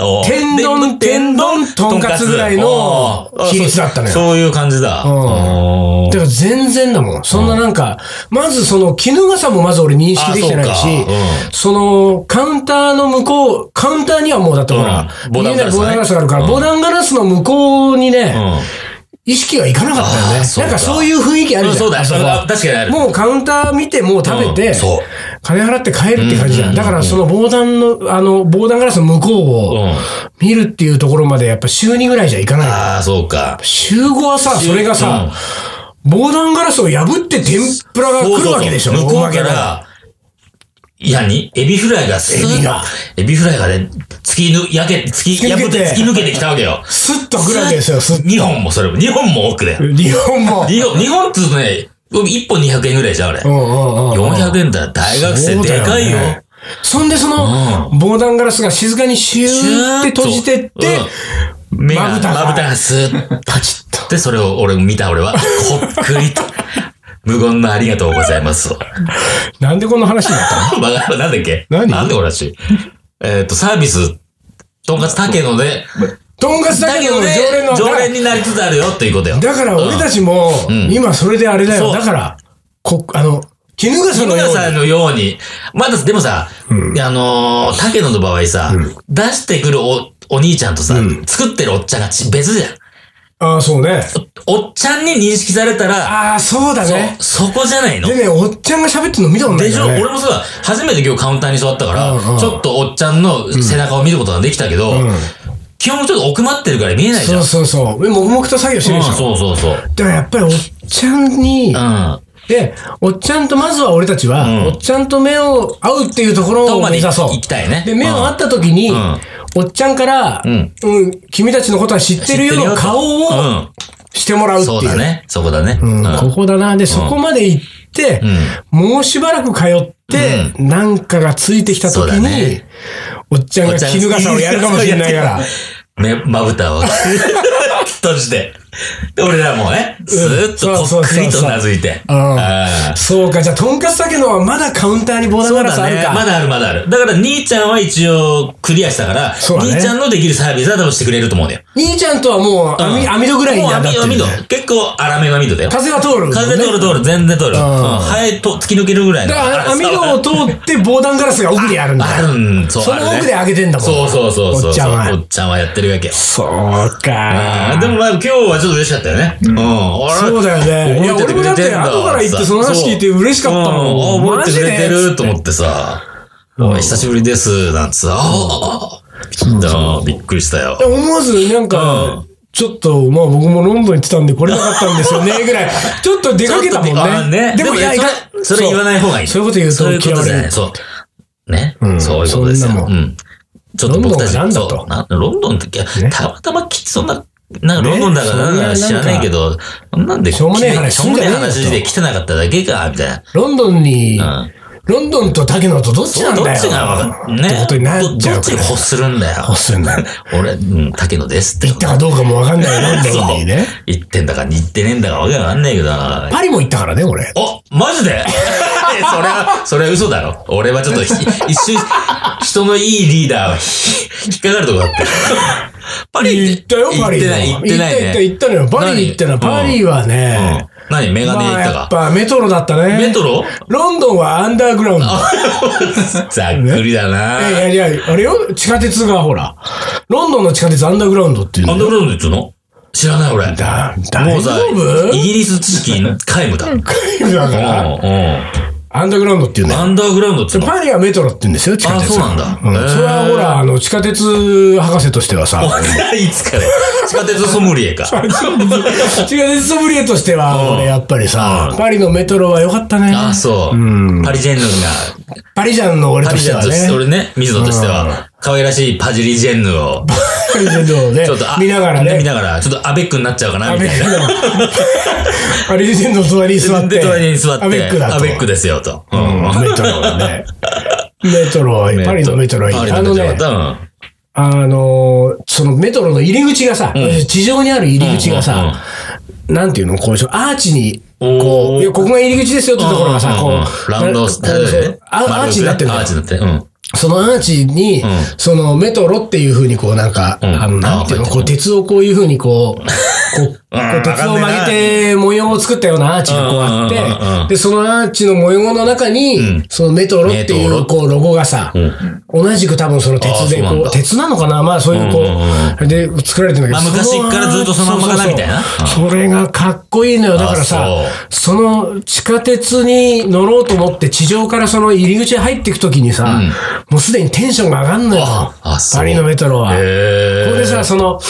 Speaker 2: おう
Speaker 1: 天丼
Speaker 2: で
Speaker 1: 天丼とんかつぐらいの
Speaker 2: おうあ
Speaker 1: 比率だったのよ
Speaker 2: そうそういう感じだ。
Speaker 1: ん
Speaker 2: おおー
Speaker 1: だから全然だもん。そんななんか、まずその衣笠もまず俺認識できてない
Speaker 2: あ
Speaker 1: し
Speaker 2: そうかう、
Speaker 1: そのカウンターの向こう、カウンターにはもうだってほら、
Speaker 2: うん
Speaker 1: 見えない
Speaker 2: 防
Speaker 1: 防弾ガ
Speaker 2: 弾ガラ
Speaker 1: ラ
Speaker 2: ス
Speaker 1: スがあ
Speaker 2: がある
Speaker 1: る
Speaker 2: か
Speaker 1: からら、防弾ガラスの向こうにね、意識はいかなかったよ
Speaker 2: あー
Speaker 1: ね。
Speaker 2: そう
Speaker 1: なん
Speaker 2: か
Speaker 1: かそういう雰囲気あるじゃん。
Speaker 2: うんそうだ
Speaker 1: あこ
Speaker 2: あ確かにある
Speaker 1: もうカウンター見て、もう食べ
Speaker 2: うん
Speaker 1: て
Speaker 2: そう、
Speaker 1: 金払って帰るって感じじゃ
Speaker 2: うんうんうんうん
Speaker 1: ん。だからその防弾の、あの、防弾ガラスの向こう
Speaker 2: うん
Speaker 1: を見るっていうところまでやっぱ週2ぐらいじゃいかない。
Speaker 2: ああ、そうか。
Speaker 1: 週5はさ、それがさ、防弾ガラスを破って天ぷらが来るわけでしょ。
Speaker 2: そうそうそう向
Speaker 1: 大
Speaker 2: こう
Speaker 1: 負け
Speaker 2: か
Speaker 1: の
Speaker 2: ら、いやに、エビフライがスーッ
Speaker 1: エビが。
Speaker 2: エビフライがね、突きぬ、やけ、突き、
Speaker 1: 突き抜
Speaker 2: 破
Speaker 1: け
Speaker 2: ってて突き抜けてきたわけよ。
Speaker 1: スッと来るわけですよ、スッ
Speaker 2: 2本もそれも、2本も奥だよ。
Speaker 1: 日本も。
Speaker 2: 日本、日本っつうとね、1本200円ぐらいじゃん、あれ
Speaker 1: う。んうんうんうん
Speaker 2: 400円だよ、大学生でかい
Speaker 1: そうだ
Speaker 2: よ。
Speaker 1: ねそんでその、防弾ガラスが静かにシューって閉じてって、
Speaker 2: うん目が、
Speaker 1: ま
Speaker 2: ま
Speaker 1: ぶ
Speaker 2: ぶ
Speaker 1: たが
Speaker 2: たがスーッパチッと。で、それを俺見た俺は、こっく
Speaker 1: <laughs>
Speaker 2: りと。無言のありがとうございますを。
Speaker 1: なんでこんな話になったの
Speaker 2: わかるなんだっけ
Speaker 1: 何
Speaker 2: なんで俺らしい。えっと、サービス、とんかつ竹野で、
Speaker 1: とんかつだ
Speaker 2: だ
Speaker 1: け
Speaker 2: け
Speaker 1: ど
Speaker 2: ど
Speaker 1: 常
Speaker 2: ね、
Speaker 1: 連の。
Speaker 2: 常連になりつつあるよっていうことよ。
Speaker 1: だから俺た
Speaker 2: ち、
Speaker 1: ちも、
Speaker 2: ん
Speaker 1: 今それであれだ
Speaker 2: そ
Speaker 1: よ。
Speaker 2: う
Speaker 1: だから、こ、あの、絹笠の
Speaker 2: 皆
Speaker 1: よう
Speaker 2: さん
Speaker 1: に。
Speaker 2: のように、まだ、でもさ、あのー、竹野の場合さ、出してくるお、お兄ちゃんとさ、作ってるおっちゃんがち別じゃん。
Speaker 1: ああ、そうね。
Speaker 2: おっちゃんに認識されたら、
Speaker 1: ああ、そうだね。
Speaker 2: そ、そこじゃないの
Speaker 1: でね、おっちゃんが喋ってるの見たことない
Speaker 2: で
Speaker 1: ん
Speaker 2: し
Speaker 1: だ
Speaker 2: ょ
Speaker 1: よね。
Speaker 2: 俺もそうだ。初めて今日カウンターに座ったから、
Speaker 1: うんうん
Speaker 2: ちょっとおっちゃんの背中を見ることができたけど、
Speaker 1: ん
Speaker 2: 基本ちょっと奥まってるから見えないじ
Speaker 1: そ
Speaker 2: ゃん。
Speaker 1: うそうそう。で黙々と作業してるでしょ。
Speaker 2: うんそうそうそう。
Speaker 1: だからやっぱりおっちゃんに
Speaker 2: う、ん。
Speaker 1: で、おっちゃんとまずは俺たちは、
Speaker 2: うん
Speaker 1: おっちゃんと目を合うっていうところ
Speaker 2: どこ
Speaker 1: を
Speaker 2: ま
Speaker 1: 目
Speaker 2: で
Speaker 1: 指そう。
Speaker 2: 行きたいね
Speaker 1: で、目を合った時に、
Speaker 2: ん
Speaker 1: おっちゃんから、うんん、君たちのことは知ってるよの顔
Speaker 2: う
Speaker 1: を
Speaker 2: ん。
Speaker 1: してもらうってい
Speaker 2: そ
Speaker 1: う。
Speaker 2: うだね。そこだね。
Speaker 1: うん
Speaker 2: うん
Speaker 1: ここだな。で、そこまで行って、もうしばらく通って、なんかがついてきた
Speaker 2: そう
Speaker 1: 時
Speaker 2: だ
Speaker 1: に、
Speaker 2: ね
Speaker 1: おっちゃんが絹笠をやるかもしれないから。。
Speaker 2: 目、まぶ
Speaker 1: <laughs>
Speaker 2: たを閉じて。で、俺らもね、ずーっとこっくりとなずいて。
Speaker 1: うん
Speaker 2: あー
Speaker 1: そうか、じゃあ、とんかつだけのはまだカウンターにボーナガラスあるか。
Speaker 2: まだあるまだある。だから、兄ちゃんは一応クリアしたから、
Speaker 1: そうだね
Speaker 2: 兄ちゃんのできるサービスは多分してくれると思うんだよ。
Speaker 1: 兄ちゃんとはもう、網、網戸ぐらいに
Speaker 2: もう
Speaker 1: なっ
Speaker 2: 網
Speaker 1: てる、
Speaker 2: 網戸。結構荒めの網戸だよ。
Speaker 1: 風は通るもんね、
Speaker 2: 風通る通る、全然通る。うん。ハエと突き抜けるぐらいの。
Speaker 1: だから、網戸を
Speaker 2: を
Speaker 1: 通って防弾ガラスが奥にあるんだ
Speaker 2: あ
Speaker 1: よ。
Speaker 2: るん、そう。
Speaker 1: その
Speaker 2: あるね
Speaker 1: 奥で上げてんだもん
Speaker 2: そうそうそうそう。
Speaker 1: おっちゃんは
Speaker 2: おっちゃんはやってるわけ。
Speaker 1: そう
Speaker 2: あ
Speaker 1: か
Speaker 2: ー。でもまあ今日はちょっと嬉しかったよね。うん。
Speaker 1: そうだよね。いや、俺もだって後から行ってその話聞いて嬉しかったもん。
Speaker 2: 覚えてくれて
Speaker 1: マジで
Speaker 2: ると思ってさ。おい久しぶりです、なんつさ。ああ、びっくりしたよ。
Speaker 1: 思わず、なん
Speaker 2: う
Speaker 1: か、ちょっと、まあ僕もロンドン行ってたんで来れなかったんですよね、ぐ
Speaker 2: <laughs>
Speaker 1: らい。ちょっと出かけたも
Speaker 2: ちょっと
Speaker 1: ん
Speaker 2: 出か
Speaker 1: ね。
Speaker 2: けでも
Speaker 1: いや、
Speaker 2: ね
Speaker 1: いか
Speaker 2: それ、それ言わない方がいい。
Speaker 1: そういうこと言うと
Speaker 2: そういうことじゃ
Speaker 1: 嫌われ
Speaker 2: ない。
Speaker 1: る
Speaker 2: そう。ね
Speaker 1: う。ん
Speaker 2: そういうことですよ。
Speaker 1: そんなも
Speaker 2: うんん。ちょっと僕たち、
Speaker 1: ロンドンがなんだ
Speaker 2: そ
Speaker 1: と
Speaker 2: うなロンドンって、いや
Speaker 1: ね
Speaker 2: たまたまき、そんな、なんかロンドンだからなんだか
Speaker 1: ね
Speaker 2: 知らないけど、なんで、
Speaker 1: しょうもねえ話
Speaker 2: しょうもねえ
Speaker 1: すんじゃねえよと
Speaker 2: 話で来てなかっただけか、みたいな。
Speaker 1: ロンドンに
Speaker 2: うん、
Speaker 1: ロンドンと竹野とどっちなん
Speaker 2: ど
Speaker 1: だよ。
Speaker 2: っちが分か
Speaker 1: っ
Speaker 2: ん
Speaker 1: て
Speaker 2: ね
Speaker 1: ことにな
Speaker 2: ど
Speaker 1: っちゃう
Speaker 2: ど
Speaker 1: わ
Speaker 2: っ
Speaker 1: け
Speaker 2: ちに
Speaker 1: だよ
Speaker 2: 欲するんだよ。
Speaker 1: 欲するんだよ
Speaker 2: 俺、うん、竹野ですって。
Speaker 1: 行ったかどうかもわかんないロン
Speaker 2: そう
Speaker 1: ドンにね。
Speaker 2: 行ってんだか行ってねえんだかわけわかんないけどな。
Speaker 1: パリも行ったからね、俺。
Speaker 2: お、マジで <laughs> えそれは、それは嘘だろ。俺はちょっとひ <laughs> 一瞬、人のいいリーダーはひ引っかかるとこだった。パリ
Speaker 1: 行ったよ、パリ
Speaker 2: 行っ
Speaker 1: の
Speaker 2: てない、行ってないね。
Speaker 1: 行った行ったのよ。パリ行ったの。
Speaker 2: 何
Speaker 1: パリはね、
Speaker 2: うん何メガネ
Speaker 1: ま
Speaker 2: 行
Speaker 1: あ
Speaker 2: った
Speaker 1: や
Speaker 2: か
Speaker 1: っ。ぱメトロだったね。
Speaker 2: メトロ <laughs>
Speaker 1: ロンドンはアンダーグラウンド。
Speaker 2: ざっくりだな。
Speaker 1: いやいやいや、あれよ、地下鉄がほら、ロンドンの地下鉄アンダーグラウンドっていう
Speaker 2: アン
Speaker 1: の。
Speaker 2: ドロイドって言うの知らない俺。
Speaker 1: だ、
Speaker 2: も
Speaker 1: 大
Speaker 2: うさ
Speaker 1: 丈夫、
Speaker 2: イギリス知識皆無だ。うん
Speaker 1: だから、
Speaker 2: う。
Speaker 1: アンダーグラウンドっていうんね。
Speaker 2: アンダーグラウンドって言うの
Speaker 1: パリはメトロって言うんですよ、地下鉄。
Speaker 2: あそうなんだへー
Speaker 1: それはほら、あの、地下鉄博士としては
Speaker 2: <laughs>
Speaker 1: さ、
Speaker 2: いつから地下鉄ソムリエか。
Speaker 1: <laughs> 地下鉄ソムリエとしては、俺やっぱりさ、パリのメトロは良かったね。
Speaker 2: あ、そう。パリジェンヌが、
Speaker 1: パリジャンの俺
Speaker 2: パ
Speaker 1: と
Speaker 2: リ
Speaker 1: し
Speaker 2: ジ
Speaker 1: て
Speaker 2: ェン
Speaker 1: は
Speaker 2: ヌとして、
Speaker 1: ね。
Speaker 2: 俺ね、水野としては、可愛らしいパジリジェンヌ
Speaker 1: <laughs>
Speaker 2: を、
Speaker 1: パリジャンのね
Speaker 2: ちょっと、あ
Speaker 1: 見ながらね。
Speaker 2: 見ながら、ちょっとアベックになっちゃうかな、みたいな。 <laughs>
Speaker 1: パリジェンヌの隣に座って。
Speaker 2: で、隣に座って、
Speaker 1: アベックだと。
Speaker 2: アベックですよ、と。
Speaker 1: うんメトロはね。メトロは、パリのメトロはいい。
Speaker 2: パリ
Speaker 1: あの
Speaker 2: のメトロだ
Speaker 1: ね
Speaker 2: っ、たうん
Speaker 1: あのー、そのメトロの入り口がさ、地上にある入り口が
Speaker 2: うんうん
Speaker 1: さ、なんていうのこう、アーチに、
Speaker 2: お
Speaker 1: こ
Speaker 2: ー
Speaker 1: う、いや、ここが入り口ですよってところがさ、
Speaker 2: うん
Speaker 1: こ
Speaker 2: うんうん
Speaker 1: う、
Speaker 2: ラウンド
Speaker 1: な
Speaker 2: スタイルで
Speaker 1: こうそ
Speaker 2: ね
Speaker 1: う。アアーチになってるん
Speaker 2: ア
Speaker 1: だ
Speaker 2: ー
Speaker 1: よ
Speaker 2: チ。になってる。うん。
Speaker 1: そのアーチに、
Speaker 2: ん
Speaker 1: そのメトロっていう風にこうなんか、
Speaker 2: うん
Speaker 1: あの、なんていうの、
Speaker 2: あー <laughs>
Speaker 1: こう鉄をこういう風にこう、こう、こう
Speaker 2: わかんねえ
Speaker 1: 鉄
Speaker 2: な
Speaker 1: を曲げて模様をを作ったようなアーチがこうあっ
Speaker 2: うんうんうんうんうん
Speaker 1: て、で、そのアーチの模様の中に、
Speaker 2: ん
Speaker 1: そのメトロってい
Speaker 2: メトロ
Speaker 1: う、こう、ロゴがさ、同じく多分その鉄で、
Speaker 2: あーそうなん
Speaker 1: こ
Speaker 2: だ
Speaker 1: う、鉄なのかなまあ、そういう、こう、
Speaker 2: うんうんうん
Speaker 1: あれで作られてるんだけど。
Speaker 2: まあ
Speaker 1: その
Speaker 2: 昔からずっとそのまんまかな
Speaker 1: そうそうそう
Speaker 2: みたいな
Speaker 1: それがかっこいいのよ。だからさ
Speaker 2: あ、
Speaker 1: その地下鉄に乗ろうと思って地上からその入り口に入っていくときにさ、もうすでにテンションが上がんのよ
Speaker 2: ああ。そう
Speaker 1: パリのメトロは。
Speaker 2: へ
Speaker 1: これでさ、その、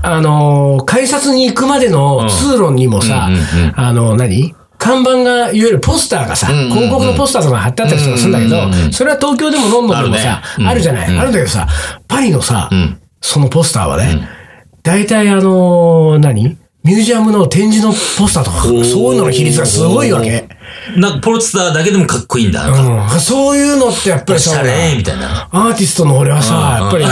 Speaker 1: あのー改札に行くまでの通路にもさ、
Speaker 2: うんうんうん
Speaker 1: あの何看板が、いわゆるポスターがさ、
Speaker 2: んうんうん
Speaker 1: 広告のポスターとか貼ってあったりとかするんだけど、
Speaker 2: うんうんうん
Speaker 1: それは東京でもロンドンでもさ、
Speaker 2: あ
Speaker 1: ある,、
Speaker 2: るねうん
Speaker 1: じゃない、
Speaker 2: うん
Speaker 1: あるんだけどさ、パリのさ、
Speaker 2: ん
Speaker 1: そのポスターはね、大体あのー何ミュージアムの展示のポスターとか、そういうのの比率がすごいわけ。
Speaker 2: なんか、ポルツターだけでもかっこいいんだ。なんか、
Speaker 1: うん、そういうのってやっぱ
Speaker 2: お
Speaker 1: り
Speaker 2: し
Speaker 1: さ、
Speaker 2: ゃれみたいな。
Speaker 1: アーティストの俺はさ、やっぱり、
Speaker 2: え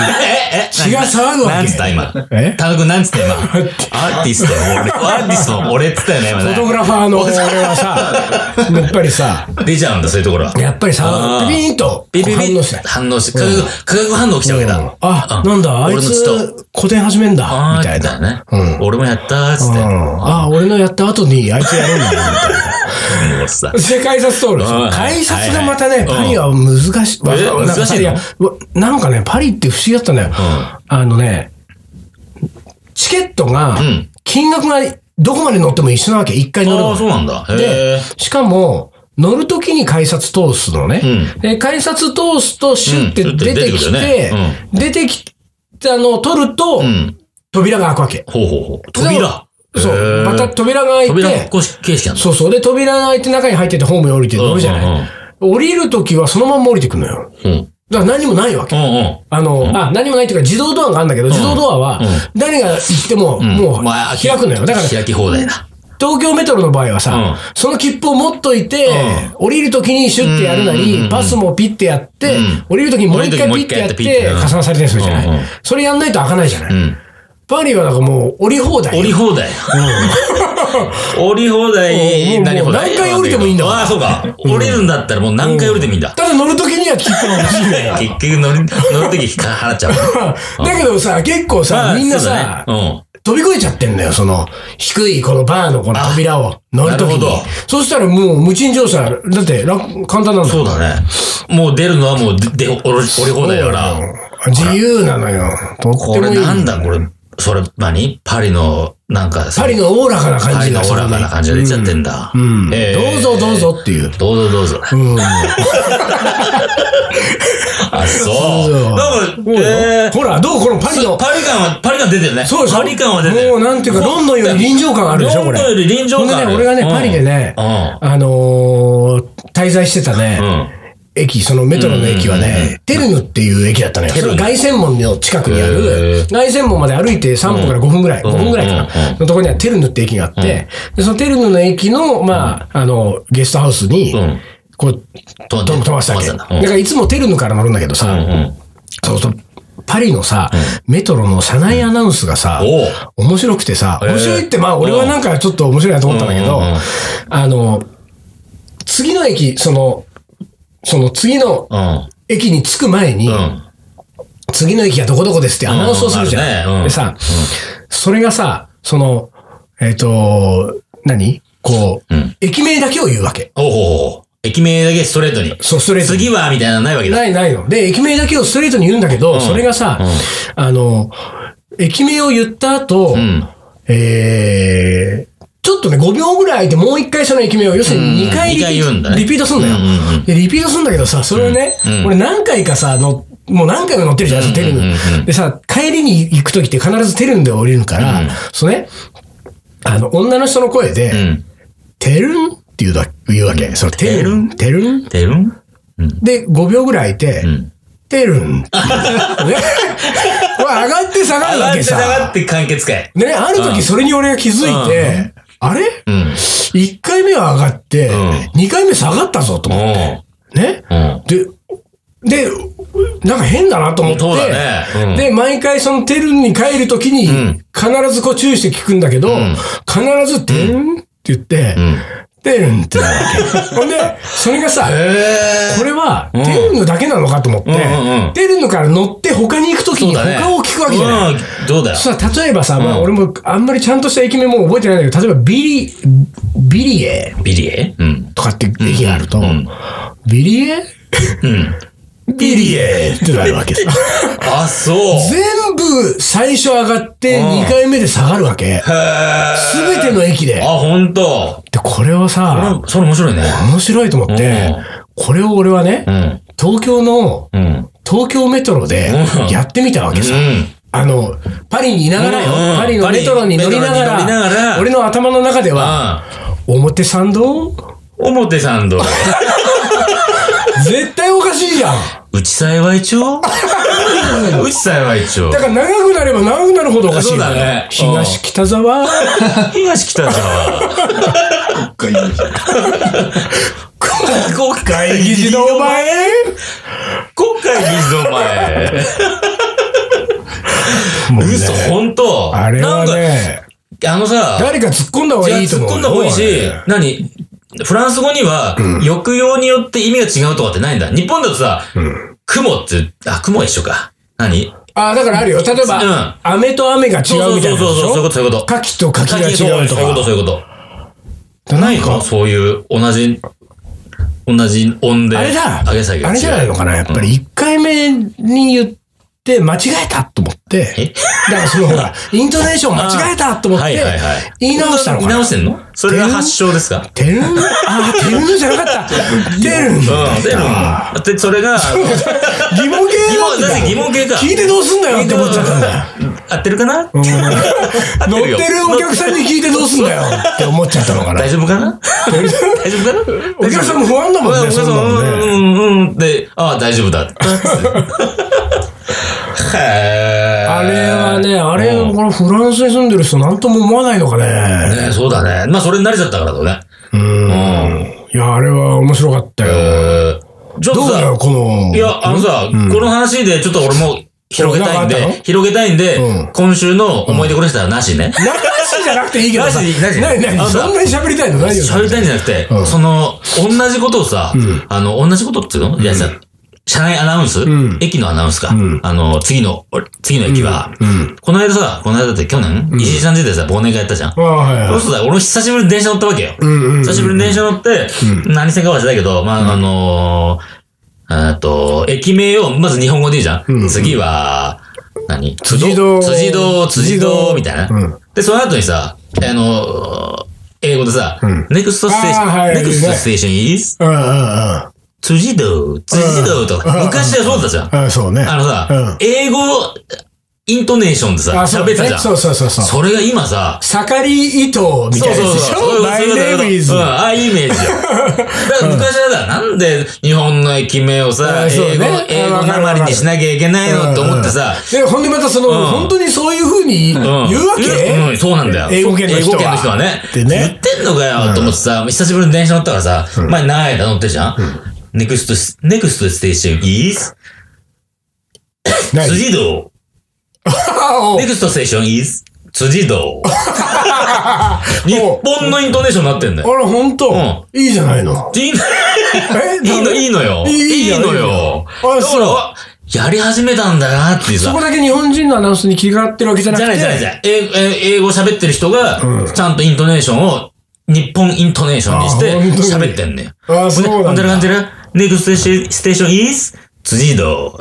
Speaker 1: <laughs>
Speaker 2: え
Speaker 1: 血が騒ぐわけ
Speaker 2: なんつった今。
Speaker 1: え
Speaker 2: 田中君なんつった今。アーティストの俺。アーティストの俺っつったよね、今
Speaker 1: フォトグ
Speaker 2: ね。
Speaker 1: ラファーの俺は
Speaker 2: <laughs>
Speaker 1: さ、やっぱりさ、
Speaker 2: 出ちゃうんだ、そういうところは。
Speaker 1: やっぱりさ
Speaker 2: あ、ー
Speaker 1: ピピンと
Speaker 2: ビビビ
Speaker 1: 反応して。
Speaker 2: 反応して。化学化学反応起きちゃうわけだ。
Speaker 1: あ、
Speaker 2: うん
Speaker 1: なんだ、あい
Speaker 2: 俺の血と。
Speaker 1: つ、古典始めんだ、
Speaker 2: あ
Speaker 1: み
Speaker 2: ー
Speaker 1: たい
Speaker 2: みた
Speaker 1: な。
Speaker 2: いなね。俺もやったーっつって。
Speaker 1: うんあ、俺のやった後にあいつやるんだな、みたい
Speaker 2: <laughs>
Speaker 1: な。
Speaker 2: もうさ
Speaker 1: で、改札通るでし
Speaker 2: う
Speaker 1: ょ
Speaker 2: ん。
Speaker 1: 改札がまた
Speaker 2: はい
Speaker 1: ね、
Speaker 2: はい
Speaker 1: パリは難しい。
Speaker 2: え
Speaker 1: わ
Speaker 2: 難しい
Speaker 1: な
Speaker 2: の
Speaker 1: んかさやわなんかね、パリって不思議だったんだよ。あのね、チケットが
Speaker 2: ん、
Speaker 1: 金額がどこまで乗っても一緒なわけ、一回乗れ
Speaker 2: ああ、
Speaker 1: ば
Speaker 2: そ。うなんだ。へ
Speaker 1: で
Speaker 2: え。、
Speaker 1: しかも、乗るときに改札通すのね。で、改札通すと、シュって
Speaker 2: うん
Speaker 1: 出てきて、
Speaker 2: 出てくるよね
Speaker 1: 出てきたのを取ると、
Speaker 2: うん。
Speaker 1: 扉が開くわけ。
Speaker 2: ほうほうほう。扉。
Speaker 1: そう。また扉が開い
Speaker 2: 扉
Speaker 1: て、
Speaker 2: こう形式なんだ。
Speaker 1: そうそう。で、扉が開いて中に入っててホームに降りて乗るじゃない。
Speaker 2: うんうん
Speaker 1: 降りるときはそのまま降りてくのよ。
Speaker 2: うん。うん
Speaker 1: だから何もないわけ。
Speaker 2: うん。
Speaker 1: あの、あ、何もないっていうか自動ドアがあるんだけど、自動ドアは、誰が行っても、もう
Speaker 2: まあ
Speaker 1: 開くのよ。だから、
Speaker 2: 開き放題だ。
Speaker 1: 東京メトロの場合はさ、
Speaker 2: うん
Speaker 1: その切符を持っといて、降りるときにシュッてやるなり、パスもピッてやって、
Speaker 2: うん
Speaker 1: 降りるときにもう一回
Speaker 2: 降
Speaker 1: ピ
Speaker 2: りる
Speaker 1: ッ
Speaker 2: 時
Speaker 1: て
Speaker 2: にもう一回や
Speaker 1: や
Speaker 2: っ
Speaker 1: ってて、
Speaker 2: ピッてやる
Speaker 1: 加算されてるんですよじゃない、
Speaker 2: うんうん
Speaker 1: それやんないと開かないじゃない、
Speaker 2: うん。
Speaker 1: パリはだからもう降り放題。
Speaker 2: 降り放題。
Speaker 1: <laughs>
Speaker 2: 降り放題、
Speaker 1: うん
Speaker 2: 何放題
Speaker 1: もう何回降りてもいいんだもん
Speaker 2: ああ、そうか。降りるんだったらもう何回降りてもいいんだ。
Speaker 1: ただ乗るときには切符が欲しいんだよ。
Speaker 2: 結局乗る、乗るとき払
Speaker 1: <laughs>
Speaker 2: <laughs> っちゃう。
Speaker 1: だけどさ、結構さ、みんなさ、
Speaker 2: そうだね
Speaker 1: 飛び越えちゃってんだよ、その、低いこのバーのこの扉を乗るとき
Speaker 2: なる
Speaker 1: に
Speaker 2: ほど。
Speaker 1: そしたらもう無賃乗車、だって楽簡単なんだもん
Speaker 2: うん。そうだね。もう出るのはもう、で、降り降り放題だから。
Speaker 1: 自由なのよ。とっ
Speaker 2: こ
Speaker 1: てもい
Speaker 2: れ
Speaker 1: い。
Speaker 2: なんだこれ、それ、何パリの、なんか、
Speaker 1: パリのおおらかな感
Speaker 2: パ
Speaker 1: じ
Speaker 2: リの
Speaker 1: が
Speaker 2: おおらかな感じが出ちゃってんだ。
Speaker 1: うん
Speaker 2: えー
Speaker 1: どうぞどうぞっていう。
Speaker 2: どうぞどうぞ。
Speaker 1: うん。
Speaker 2: あ、そう。
Speaker 1: そう
Speaker 2: なんか、えー
Speaker 1: ほら、どうこのパリの。
Speaker 2: パリ感は、パリ感出てるね。
Speaker 1: そうでしょ
Speaker 2: パリ感は出てる。
Speaker 1: もうなんていうか、ロンドンより臨場感あるでしょ、これ。
Speaker 2: ロンドンより臨場感ある
Speaker 1: ほんでね、俺がね、パリでね、
Speaker 2: うん
Speaker 1: あのー、滞在してたね、
Speaker 2: うん。
Speaker 1: 駅、そのメトロの駅はね、テルヌっていう駅だったのよ。
Speaker 2: テル
Speaker 1: そ
Speaker 2: ヌ
Speaker 1: れ凱旋門の近くにあ
Speaker 2: へ
Speaker 1: る
Speaker 2: ー、
Speaker 1: 凱旋門まで歩いて3分から5分ぐらい、
Speaker 2: ん
Speaker 1: 5分ぐらいか
Speaker 2: うんう
Speaker 1: な、のところにはテルヌって駅があって、でそのテルヌの駅の、まあ、あの、ゲストハウスに
Speaker 2: うん、
Speaker 1: こう、
Speaker 2: と
Speaker 1: と飛ばしたわけ。
Speaker 2: 飛
Speaker 1: だ
Speaker 2: ばしたん
Speaker 1: からいつもテルヌから乗るんだけどさ、
Speaker 2: うんうん
Speaker 1: そうそう。パリのさ、メトロの車内アナウンスがさ、
Speaker 2: う
Speaker 1: 面白くてさ、面白いって、まあ俺はなんかちょっと面白いなと思ったんだけど、
Speaker 2: うんうんうん
Speaker 1: あの、次の駅、その、その次の
Speaker 2: うん。
Speaker 1: 駅に着く前に、
Speaker 2: うん。
Speaker 1: 次の駅がどこどこですってアナウンスをするじゃん。
Speaker 2: うんうんあるねうん
Speaker 1: でさ、それがさ、その、えっ、と、何こう、
Speaker 2: うん
Speaker 1: 駅名だけを言うわけ。
Speaker 2: おうほうほう。駅名だけストレートに。
Speaker 1: そう、ストレートに
Speaker 2: 次はみたいなのないわけだ。
Speaker 1: ないないの。で、駅名だけをストレートに言うんだけど、それがさ、あの、駅名を言った後、
Speaker 2: うん。
Speaker 1: えー、ちょっとね、5秒ぐらい空いて、もう一回その駅名を、要するに2回
Speaker 2: うん
Speaker 1: リ
Speaker 2: 二回
Speaker 1: ピ
Speaker 2: 言うんだね
Speaker 1: リピートするんだよ、
Speaker 2: うんうんうん
Speaker 1: で。リピートするんだけどさ、それをね、
Speaker 2: うんうん
Speaker 1: 俺何回かさ、のもう何回も乗ってるじゃないですか、
Speaker 2: うんうんうんうん
Speaker 1: テルン。でさ、帰りに行くときって必ずテルンで降りるから、
Speaker 2: うん
Speaker 1: そうね、あの、女の人の声で、
Speaker 2: うん。
Speaker 1: テルンって言うだ言うわけ。そのテルン、テルン
Speaker 2: てるん
Speaker 1: で、5秒ぐらいいて、
Speaker 2: ん
Speaker 1: てるんって
Speaker 2: <laughs>
Speaker 1: いう。ね。これ上がって下が
Speaker 2: 上
Speaker 1: る
Speaker 2: が
Speaker 1: わ
Speaker 2: って
Speaker 1: け
Speaker 2: 下がっ
Speaker 1: さ。
Speaker 2: て完結会。
Speaker 1: でね、ある時それに俺が気づいて、あれ
Speaker 2: うん。
Speaker 1: ?1 回目は上がって
Speaker 2: ん、
Speaker 1: 2回目下がったぞと思
Speaker 2: おう
Speaker 1: う。ね
Speaker 2: うん。
Speaker 1: で、で、なんか変だなと思って。
Speaker 2: そうだねうん
Speaker 1: で、毎回そのテルンに帰るときに、必ずこう注意して聞くんだけど、必ずテルンって言って、テルンってなる
Speaker 2: <laughs>
Speaker 1: わけ。ほんで、それがさ、これは、テルンヌだけなのかと思って、
Speaker 2: うんうん
Speaker 1: テルンヌから乗って他に行くとき
Speaker 2: そう
Speaker 1: に
Speaker 2: だね。
Speaker 1: 他を聞くわけじゃない。
Speaker 2: うん、どうだよ。
Speaker 1: さ例えばさ、まあ、俺もあんまりちゃんとした駅名もう覚えてないんだけど、例えばビリ、ビリエ
Speaker 2: ビリエうん。
Speaker 1: とかって駅があると、
Speaker 2: ん
Speaker 1: ビリエ
Speaker 2: うん。
Speaker 1: ビリエってなるわけ
Speaker 2: <laughs>
Speaker 1: さ。
Speaker 2: あ、そう。
Speaker 1: 全部最初上がって
Speaker 2: うん
Speaker 1: 2回目で下がるわけ。
Speaker 2: へー
Speaker 1: すべての駅で
Speaker 2: あ、。ほんと。
Speaker 1: で、これを
Speaker 2: こ
Speaker 1: さ、
Speaker 2: れ、それ面白いね。
Speaker 1: 面白いと思って、これを俺はね
Speaker 2: う、ん。
Speaker 1: 東京の、
Speaker 2: うん。
Speaker 1: 東京メトロで
Speaker 2: うん
Speaker 1: やってみたわけさ。
Speaker 2: うん。
Speaker 1: あの、パリにいながらよ
Speaker 2: うんう。ん
Speaker 1: パリのメトロに乗りなが
Speaker 2: パリに乗りなが
Speaker 1: ら、
Speaker 2: ら
Speaker 1: 俺の頭の中では、
Speaker 2: あ
Speaker 1: 表参道
Speaker 2: 表参道。
Speaker 1: 絶対おかしいじゃん。
Speaker 2: <laughs> 内幸
Speaker 1: <laughs>
Speaker 2: い町内幸い町
Speaker 1: だ。から長くなれば長くなるほどおかしいよ
Speaker 2: そうだね
Speaker 1: 東
Speaker 2: うん
Speaker 1: 北沢、
Speaker 2: 東北沢。
Speaker 3: 回言いました
Speaker 2: 国会
Speaker 1: 議事堂前
Speaker 2: 国会議事堂前。
Speaker 1: もうね
Speaker 2: 嘘、ほんと。
Speaker 1: あれはね、
Speaker 2: なんか、あのさ、
Speaker 1: 誰か突っ込んだ方
Speaker 2: い
Speaker 1: が
Speaker 2: や
Speaker 1: いいと
Speaker 2: 突
Speaker 1: 思
Speaker 2: っ
Speaker 1: う。
Speaker 2: 込んだ方がいいし、何フランス語には、抑揚によって意味が違うとかってないんだ。日本だとさ、雲って、あ、雲は一緒か。何
Speaker 1: ああ、だからあるよ。例えば、
Speaker 2: うん
Speaker 1: 雨と雨が違う
Speaker 2: そう
Speaker 1: みたいなことでしょ。
Speaker 2: そうそうそう、そういうこと、そういうこと。
Speaker 1: 牡蠣と牡蠣が違うと
Speaker 2: そういうこと、
Speaker 1: か。
Speaker 2: そういうこと。
Speaker 1: ない
Speaker 2: あそういう、同じ、同じ音で、
Speaker 1: あれだ
Speaker 2: 上げ下げが違う
Speaker 1: あれじゃないのかなやっぱり1回目に言って間違えたと思って。
Speaker 2: え
Speaker 1: だからそのほ
Speaker 2: <laughs>
Speaker 1: ら、イントネーション間違えたと思っ
Speaker 2: は
Speaker 1: て
Speaker 2: いはいはい、。
Speaker 1: 言い直したのか
Speaker 2: 言い
Speaker 1: な
Speaker 2: 直してんのそれが発祥ですか
Speaker 1: てるんあー、てるんじゃな
Speaker 2: <laughs>
Speaker 1: かった。てるん
Speaker 2: うん、でも、だってそれが、
Speaker 1: 疑問系
Speaker 2: 疑問、
Speaker 1: だ
Speaker 2: だって疑問系か。
Speaker 1: 聞いてどうすんだよって思っちゃったん
Speaker 2: <laughs>
Speaker 1: だよ。
Speaker 2: 合ってるかな合っ
Speaker 1: 乗ってて
Speaker 2: るよ。
Speaker 1: るお客さんに聞いてどうすんだよって思っちゃったのかな
Speaker 2: 大。丈夫かな大丈夫かな
Speaker 1: お客さんも不安だもんね
Speaker 2: お客さん
Speaker 1: そんなのね
Speaker 2: うんうんうん。で、ああ、大丈夫だ。へー
Speaker 1: あれはね、あれ、
Speaker 2: うん
Speaker 1: これフランスに住んでる人なんとも思わないのかね。
Speaker 2: ねそうだね。まあ、それに慣れちゃったからだね。
Speaker 1: うん。いや、あれは面白かったよ。
Speaker 2: えーちょっ
Speaker 1: ど
Speaker 2: と
Speaker 1: うだよ、
Speaker 2: さ、
Speaker 1: この。
Speaker 2: いや、あのさ、この話でちょっと俺も広げたい
Speaker 1: なん
Speaker 2: ん
Speaker 1: かあった
Speaker 2: で
Speaker 1: の、
Speaker 2: 広げたいん
Speaker 1: うん
Speaker 2: で、今週の思い出これしたらなしね。
Speaker 1: なしじゃなくていいけどさ。
Speaker 2: なしなし
Speaker 1: 何何
Speaker 2: あのさ
Speaker 1: そんなに喋りたいの何よ。
Speaker 2: 喋りたいんじゃなくて、その、同じことをさ、あの、同じことっていうのいやさ、車内アナウンス
Speaker 1: ん
Speaker 2: 駅のアナウンスか。あの、次の、俺次の駅は、この間さ、この間だって去年、石井さんちでさ、忘年会やったじゃん。
Speaker 1: ああ、はい
Speaker 2: そう
Speaker 1: は
Speaker 2: すると俺も久しぶりに電車乗ったわけよ。
Speaker 1: んうんうん
Speaker 2: 久しぶりに電車乗って、何せかはしないけど、まあ、あのー、えっと、駅名を、まず日本語でいいじゃん。次は、何
Speaker 1: 辻堂
Speaker 2: 辻堂、辻
Speaker 1: 辻堂
Speaker 2: 堂、みたいな。
Speaker 1: うん
Speaker 2: で、その後にさ、あのー、英語でさ、ネクストステーション、
Speaker 1: あーはい
Speaker 2: ネクストステーション is
Speaker 1: い。うんうんうん。
Speaker 2: 辻堂、辻堂と
Speaker 1: うん
Speaker 2: か、昔はそうだったじゃん。
Speaker 1: あそうね。
Speaker 2: あのさ、英語、イントネーションでさ、
Speaker 1: あ、そ
Speaker 2: 喋っ
Speaker 1: う
Speaker 2: てたじ
Speaker 1: ね
Speaker 2: ゃん。
Speaker 1: そうそうそうそう。
Speaker 2: それが今さ、
Speaker 1: 盛り糸みたいなやつでしょ ?My
Speaker 2: そういうこと
Speaker 1: name is.
Speaker 2: うん、ああ、イメージよ。
Speaker 1: <laughs>
Speaker 2: だから昔はだ、なんで日本の駅名をさ、
Speaker 1: あそうね
Speaker 2: 英語
Speaker 1: あ、
Speaker 2: 英
Speaker 1: わか
Speaker 2: 語
Speaker 1: るわか
Speaker 2: な
Speaker 1: る
Speaker 2: りにしなきゃいけないのって思ってさ、
Speaker 1: で、ほんでまたその、
Speaker 2: うん
Speaker 1: 本当にそういうふうに言う
Speaker 2: うん
Speaker 1: わけ、
Speaker 2: うんうんそうなんだよ。
Speaker 1: 英語圏の人は
Speaker 2: 英語圏の人はね。
Speaker 1: でね
Speaker 2: 言ってんのかよと思ってさ、久しぶりに電車乗ったからさ、前長い間乗ってるじゃん。ネクスト、ネクストステーション is?
Speaker 1: 何
Speaker 2: 辻堂。
Speaker 1: あお
Speaker 2: ネクストステーション is? 辻
Speaker 1: <laughs>
Speaker 2: 堂。日本のイントネーションになってんだよ。
Speaker 1: あら、ほんと、いいじゃないの。
Speaker 2: いいの
Speaker 1: え
Speaker 2: いいの、いいのよ。
Speaker 1: いい
Speaker 2: い
Speaker 1: い
Speaker 2: いの
Speaker 1: いい
Speaker 2: よ。
Speaker 1: あ
Speaker 2: だか
Speaker 1: そう
Speaker 2: ら、あやり始めたんだなっていう
Speaker 1: そ
Speaker 2: さ
Speaker 1: こ。だけ日本人のアナウンスに気が合ってるわけじゃな
Speaker 2: じ
Speaker 1: く
Speaker 2: ゃな
Speaker 1: て。
Speaker 2: いじゃないじゃない。英え英語喋ってる人が、ちゃんとイントネーションを、日本イントネーションにして
Speaker 1: あ本当に
Speaker 2: 喋ってんだよ。
Speaker 1: あそうなんだ
Speaker 2: ほんでなんでなんでネクストステーション is? 辻堂。お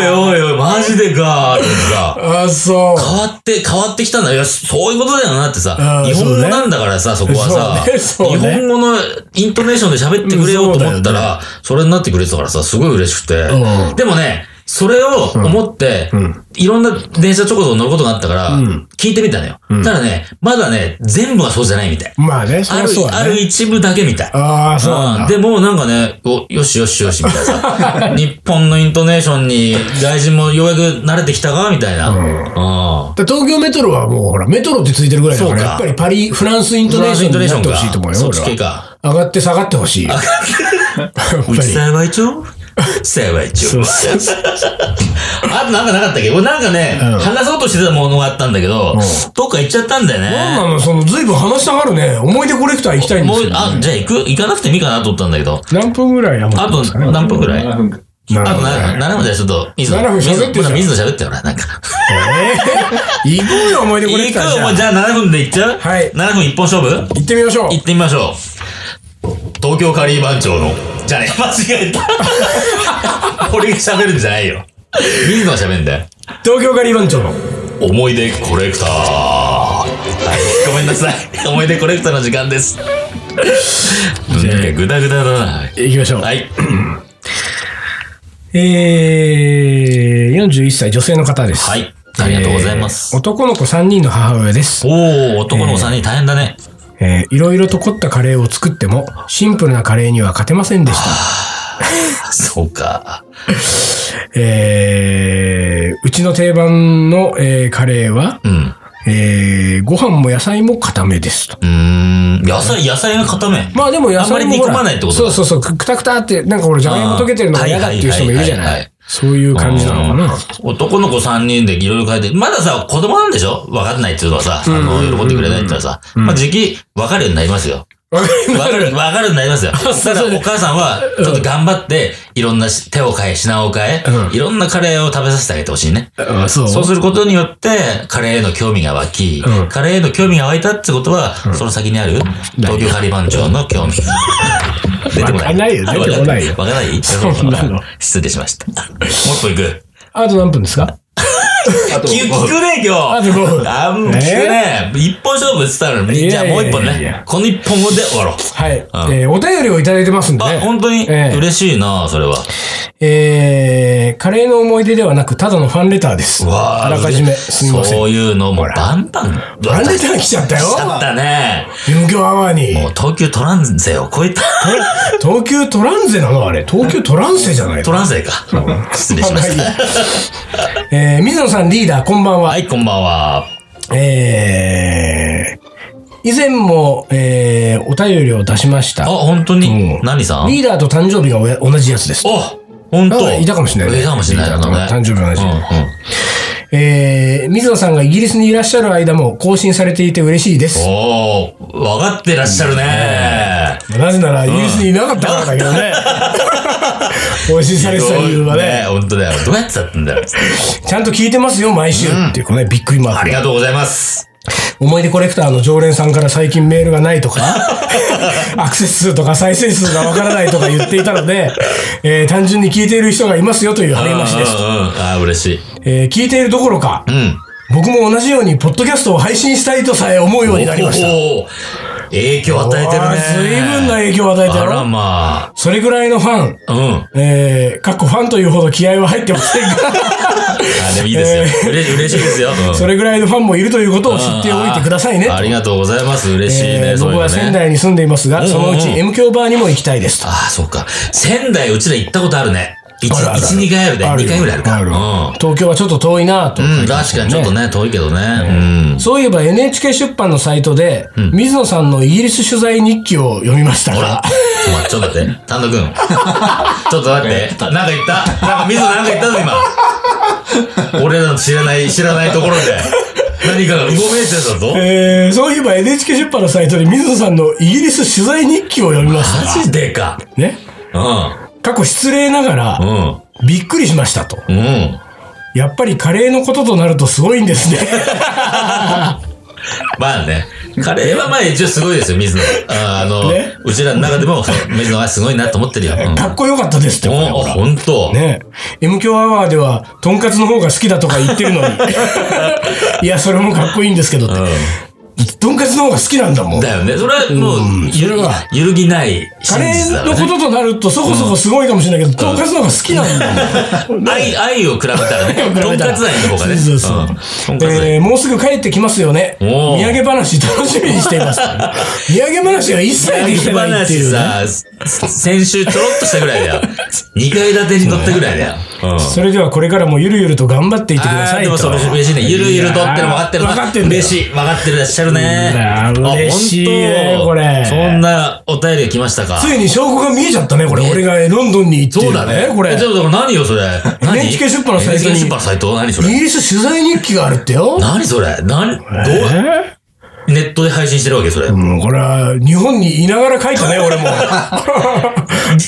Speaker 2: いおいおい、マジでかーってさ。
Speaker 1: あ、そう。
Speaker 2: 変わって、変わってきたんだよ。いやそういうことだよなって
Speaker 1: あ
Speaker 2: さ。
Speaker 1: ー
Speaker 2: 日本語
Speaker 1: そうね
Speaker 2: なんだからさ、そこはさ、
Speaker 1: <laughs> そうねそうね
Speaker 2: 日本語のイントネーションで喋ってくれようと思
Speaker 1: う
Speaker 2: った
Speaker 1: んそうだ
Speaker 2: ら、それになってくれてたからさ、すごい嬉しくて
Speaker 1: うん。
Speaker 2: でもね、それを思って、いろんな電車ちょこちょこ乗ることがあったから、聞いてみたのよ。ただね、まだね、全部はそうじゃないみたい。
Speaker 1: まあね、そ
Speaker 2: あ
Speaker 1: りゃ
Speaker 2: る
Speaker 1: そう、
Speaker 2: あ
Speaker 1: だ
Speaker 2: る
Speaker 1: ね。
Speaker 2: 一部だけみたい。
Speaker 1: ああ、そうなん
Speaker 2: うん
Speaker 1: だ。
Speaker 2: でもなんかね、およしよしよしみたいな
Speaker 1: <laughs>
Speaker 2: さ。日本のイントネーションに外人もようやく慣れてきたかみたいな。うん
Speaker 1: だから東京メトロはもうほら、メトロってついてるぐらいだから、
Speaker 2: そ
Speaker 1: や
Speaker 2: うか
Speaker 1: っぱりパリ、フランスイントネーションになってほしいと思うよ。
Speaker 2: フランス
Speaker 1: 俺は
Speaker 2: イントネーションかそっち系か
Speaker 1: <laughs> 上がって下がってほしい。やっぱり <laughs>
Speaker 2: 内幸町世話中
Speaker 1: そ。うそうそう
Speaker 2: <laughs> あとなんかなかったっけ俺なんかね、
Speaker 1: うん
Speaker 2: 話そうとしてたものがあったんだけど、どっか行っちゃったんだよ
Speaker 1: なん
Speaker 2: ね。
Speaker 1: なのその、ずいぶん話したがるね。思い出コレクター行きたいんで
Speaker 2: もう
Speaker 1: すけ、ど。
Speaker 2: あ、じゃあ行く行かなくてもいいかなと思ったんだけど。
Speaker 1: 何分ぐらいやも
Speaker 2: あと何分くらいあ
Speaker 3: 7分か
Speaker 2: と
Speaker 1: なるほどね
Speaker 2: 7分までちょっと、水野。
Speaker 1: 7分喋って
Speaker 2: 水
Speaker 1: じゃ
Speaker 2: 野
Speaker 1: ん
Speaker 2: 水野喋ってよ、ほ
Speaker 1: <laughs>
Speaker 2: ら、なんか。
Speaker 1: えー行こうよ、思い出コレ
Speaker 2: 行
Speaker 1: ク
Speaker 2: く
Speaker 1: ターじゃ
Speaker 2: も
Speaker 1: あ
Speaker 2: うじゃあ7分で行っちゃう
Speaker 1: はい
Speaker 2: 7分一本勝負
Speaker 1: 行ってみましょう。
Speaker 2: 行ってみましょう。東京カリー番長の、じゃねえ、間違えた。 <laughs> 俺が喋るんじゃないよ。水野が喋るんだよ。
Speaker 1: 東京ガリバン長の。
Speaker 2: 思い出コレクター。はい、ごめんなさい。 <laughs> 思い出コレクターの時
Speaker 1: <laughs>
Speaker 2: 間です。なんかグダグダだな。
Speaker 1: 行きましょう。
Speaker 2: はい。
Speaker 1: えー、41歳女性の方です。
Speaker 2: はい。ありがとうございます
Speaker 1: えー。男の子3人の母親です。
Speaker 2: おお男の子さんに大変だね。
Speaker 1: えー、いろいろと凝ったカレーを作っても、シンプルなカレーには勝てませんでした。
Speaker 2: そうか。
Speaker 1: えー、うちの定番の、えーカレーは、
Speaker 2: うん。
Speaker 1: えー、ご飯も野菜も固めですと。
Speaker 2: うーん。野菜、野菜が固め。
Speaker 1: まあでも野菜も
Speaker 2: あんまり煮込まないってこと
Speaker 1: そう
Speaker 2: だ
Speaker 1: そうそう、くくたくたって、なんか俺じゃがいも溶けてるのが嫌だっていう人もいるじゃ
Speaker 2: あーはいはいは
Speaker 1: な
Speaker 2: いはい
Speaker 1: いそういう感じなのかな。
Speaker 2: 男の子3人でいろいろ変えて、まださ、子供なんでしょ分かんないっていうのはさ、あの、喜んでくれないっていうのはさ、まあ、時期、分かるようになりますよ。
Speaker 1: わかり
Speaker 2: 分
Speaker 1: ま
Speaker 2: か
Speaker 1: す
Speaker 2: る、分かるようになりますよ。ただ、お母さんは、ちょっと頑張って、いろんなし手を変え、品を変え、
Speaker 1: うん
Speaker 2: いろんなカレーを食べさせてあげてほしいね。
Speaker 1: あそう
Speaker 2: そうすることによって、カレーへの興味が湧き、
Speaker 1: うん
Speaker 2: カレーへの興味が湧いたってことは、その先にある、東京カリ番長の興味。出て
Speaker 1: <laughs>
Speaker 2: こ
Speaker 1: わかんないよ出てこないよ
Speaker 2: わかんない
Speaker 1: そんなの
Speaker 2: 失礼しました。もっといく。
Speaker 1: あと何分ですか
Speaker 3: あ
Speaker 2: <laughs>
Speaker 3: と
Speaker 2: 聞く聞くね、今日。
Speaker 1: あと五分
Speaker 2: あん聞くね。一本勝負っつったのに、
Speaker 1: い
Speaker 2: じ
Speaker 1: や
Speaker 2: ゃあ
Speaker 1: いやいやいや
Speaker 2: もう一本ね。この一本で終わろう。
Speaker 1: はい。
Speaker 2: ん
Speaker 1: えー、お便りをいただいてますんでね。
Speaker 2: あ、本当に
Speaker 1: ええ
Speaker 2: 嬉しいな、それは。
Speaker 1: えー、カレーの思い出ではなく、ただのファンレターです。
Speaker 2: うわー
Speaker 1: あらかじめ、すみません。
Speaker 2: そ
Speaker 1: フ
Speaker 2: ういうのもバンバン。
Speaker 1: ァンレター来ちゃったよ
Speaker 2: し。ちゃったね。
Speaker 1: 東京アワーに。
Speaker 2: もう東急トランゼを超えた。
Speaker 1: 東急トランゼなのあれ。東急トランセじゃない
Speaker 2: ト
Speaker 1: の
Speaker 2: ランゼか。失礼しました。
Speaker 1: えー、水野さんリーダー、こんばんは。
Speaker 2: はい、こんばんは。
Speaker 1: えー、以前も、えー、お便りを出しまし
Speaker 2: あ、
Speaker 1: た。
Speaker 2: 本当に
Speaker 1: うん
Speaker 2: 何さん
Speaker 1: リーダーと誕生日がおや同じやつです。
Speaker 2: あ、本
Speaker 1: あ
Speaker 2: 当
Speaker 1: いたかもしれないね
Speaker 2: いたかもしれないな。
Speaker 1: リーダーの
Speaker 2: なんか
Speaker 1: 誕
Speaker 2: ね
Speaker 1: 生日同じ
Speaker 2: うんうん
Speaker 1: えー、水野さんがイギリスにいらっしゃる間も更新されていて嬉しいです。
Speaker 2: おー、わかってらっしゃるね。
Speaker 1: なぜなら、イギリスにいなかったからだけどね。 <laughs> 更新されてた理由はね、
Speaker 2: 本当だよ。どうやってだった
Speaker 1: <laughs>
Speaker 2: んだよ。
Speaker 1: ちゃんと聞いてますよ、毎週っていう、このね、びっくりマー
Speaker 2: あ
Speaker 1: ク
Speaker 2: り
Speaker 1: が。
Speaker 2: がとうございます。
Speaker 1: 思い出コレクターの常連さんから最近メールがない
Speaker 2: <laughs>
Speaker 1: とか、アクセス数とか再生数がわからないとか言っていたので、えー単純に聞いている人がいますよという励ましです
Speaker 2: うん。うんうんあー、嬉しい。
Speaker 1: えー聞いているどころか
Speaker 2: う、ん。
Speaker 1: 僕も同じようにポッドキャストを配信したいとさえ思うようになりました。
Speaker 2: おー影響を与えてるね。
Speaker 1: 随分な影響を与えた
Speaker 2: あら
Speaker 1: よ。
Speaker 2: ま
Speaker 1: それぐらいのファン、
Speaker 2: あ。うん。
Speaker 1: えー、かっこファンというほど気合は入ってません
Speaker 2: <laughs>
Speaker 1: が、
Speaker 2: あ、でもいい
Speaker 1: <laughs>
Speaker 2: ですよ。うれ嬉しいですよ。うん
Speaker 1: それぐらいのファンもいるということを知っておいてくださいね。
Speaker 2: あーありがとうございます。嬉しい
Speaker 1: え
Speaker 2: ね。
Speaker 1: ー
Speaker 2: そ
Speaker 1: 僕
Speaker 2: ういうの
Speaker 1: は
Speaker 2: ね
Speaker 1: 仙台に住んでいますが、そのうち
Speaker 2: うん
Speaker 1: M 強バーにも行きたいですと。
Speaker 2: ああ、そうか。仙台、うちら行ったことあるね。一、
Speaker 1: あるあるある
Speaker 2: 一、二回あるね。
Speaker 1: ある
Speaker 2: 二回ぐらいあるか。
Speaker 1: ある
Speaker 2: う
Speaker 1: 東京はちょっと遠いなと。
Speaker 2: ん。うん、確かにちょっとね、遠いけどね。うん。
Speaker 1: そういえば NHK 出版のサイトで、水野さんのイギリス取材日記を読みました
Speaker 2: ほら
Speaker 1: が、。
Speaker 2: ちょっと待って。丹野くん。ちょっと待って。なんか言ったなんか水野なんか言ったぞ、今。俺らの知らない、知らないところで。何かがうごめいてたぞ。
Speaker 1: <laughs> えー、そういえば NHK 出版のサイトで水野さんのイギリス取材日記を読みました
Speaker 2: マジでか。
Speaker 1: ね。
Speaker 2: う
Speaker 1: 過去失礼ながら、
Speaker 2: ん。うん。
Speaker 1: びっくりしましたと。
Speaker 2: うん。
Speaker 1: やっぱりカレーのこととなるとすごいんです
Speaker 2: <laughs>
Speaker 1: ね。
Speaker 2: まあね。カレーはまあ一応すごいですよ、水野。ああ
Speaker 1: <laughs>
Speaker 2: の、
Speaker 1: ね
Speaker 2: うちらの中でも、水野はすごいなと思ってるよ。うん
Speaker 1: かっこよかったですって。これ
Speaker 2: おお、ほんと。
Speaker 1: ねえ。M 強アワーでは、とんかつの方が好きだとか言ってるの
Speaker 2: <laughs>
Speaker 1: に。いや、それもかっこいいんですけどって。とんかつの方が好きなんだもん。
Speaker 2: だよね。それはもう、ゆ
Speaker 1: そ
Speaker 2: る
Speaker 1: れは
Speaker 2: 揺るぎない
Speaker 1: カ
Speaker 2: 真
Speaker 1: レ
Speaker 2: 実だ
Speaker 1: ーの
Speaker 2: よ
Speaker 1: こ
Speaker 2: ね。
Speaker 1: ととなるとそこそこすごいかもしれないけど、とんかつの方が好きなんだもん。
Speaker 2: 愛、愛を比べたら
Speaker 1: <laughs>
Speaker 2: ね、とんかつ愛の方がね。
Speaker 1: そうそうそ
Speaker 2: うんとん
Speaker 1: う
Speaker 2: かつ愛。
Speaker 1: えーもうすぐ帰ってきますよね。土
Speaker 2: おー <laughs>
Speaker 1: 産話楽しみにしています。土産話が一切でき
Speaker 2: 焼き
Speaker 1: てないってい
Speaker 2: 話
Speaker 1: うね。
Speaker 2: さ、先週ちょろっとしたぐら
Speaker 1: <laughs>
Speaker 2: いだよ。2階建てに乗ったぐらいだよ。うん。
Speaker 1: それではこれからもゆるゆると頑張っていってくだ
Speaker 2: あ
Speaker 1: さ
Speaker 2: ー
Speaker 1: い
Speaker 2: で
Speaker 1: と。
Speaker 2: もそう、僕嬉しいね。ゆるゆるとってのも分かってるな。
Speaker 1: 分かってんだよ
Speaker 2: 嬉しい。分かってらっしゃるね。
Speaker 1: うん嬉しいね
Speaker 2: あ本当
Speaker 1: これ
Speaker 2: そんなお便りが来ましたか。
Speaker 1: ついに証拠が見えちゃったね、これ。俺がロンドンに行って
Speaker 2: そう
Speaker 1: る
Speaker 2: だね。
Speaker 1: これ
Speaker 2: えち。ょっとこれ何よ、それ。何
Speaker 1: NHK 出版のサイトに
Speaker 2: NHK 出版のサイト何そ
Speaker 1: イ
Speaker 2: れ
Speaker 1: ギリス取材日記があるってよ。
Speaker 2: 何それ何どう、
Speaker 1: え
Speaker 2: ネットで配信してるわけそれ。
Speaker 1: もうこれは、日本にいながら書いたね、俺
Speaker 2: <laughs>
Speaker 1: も。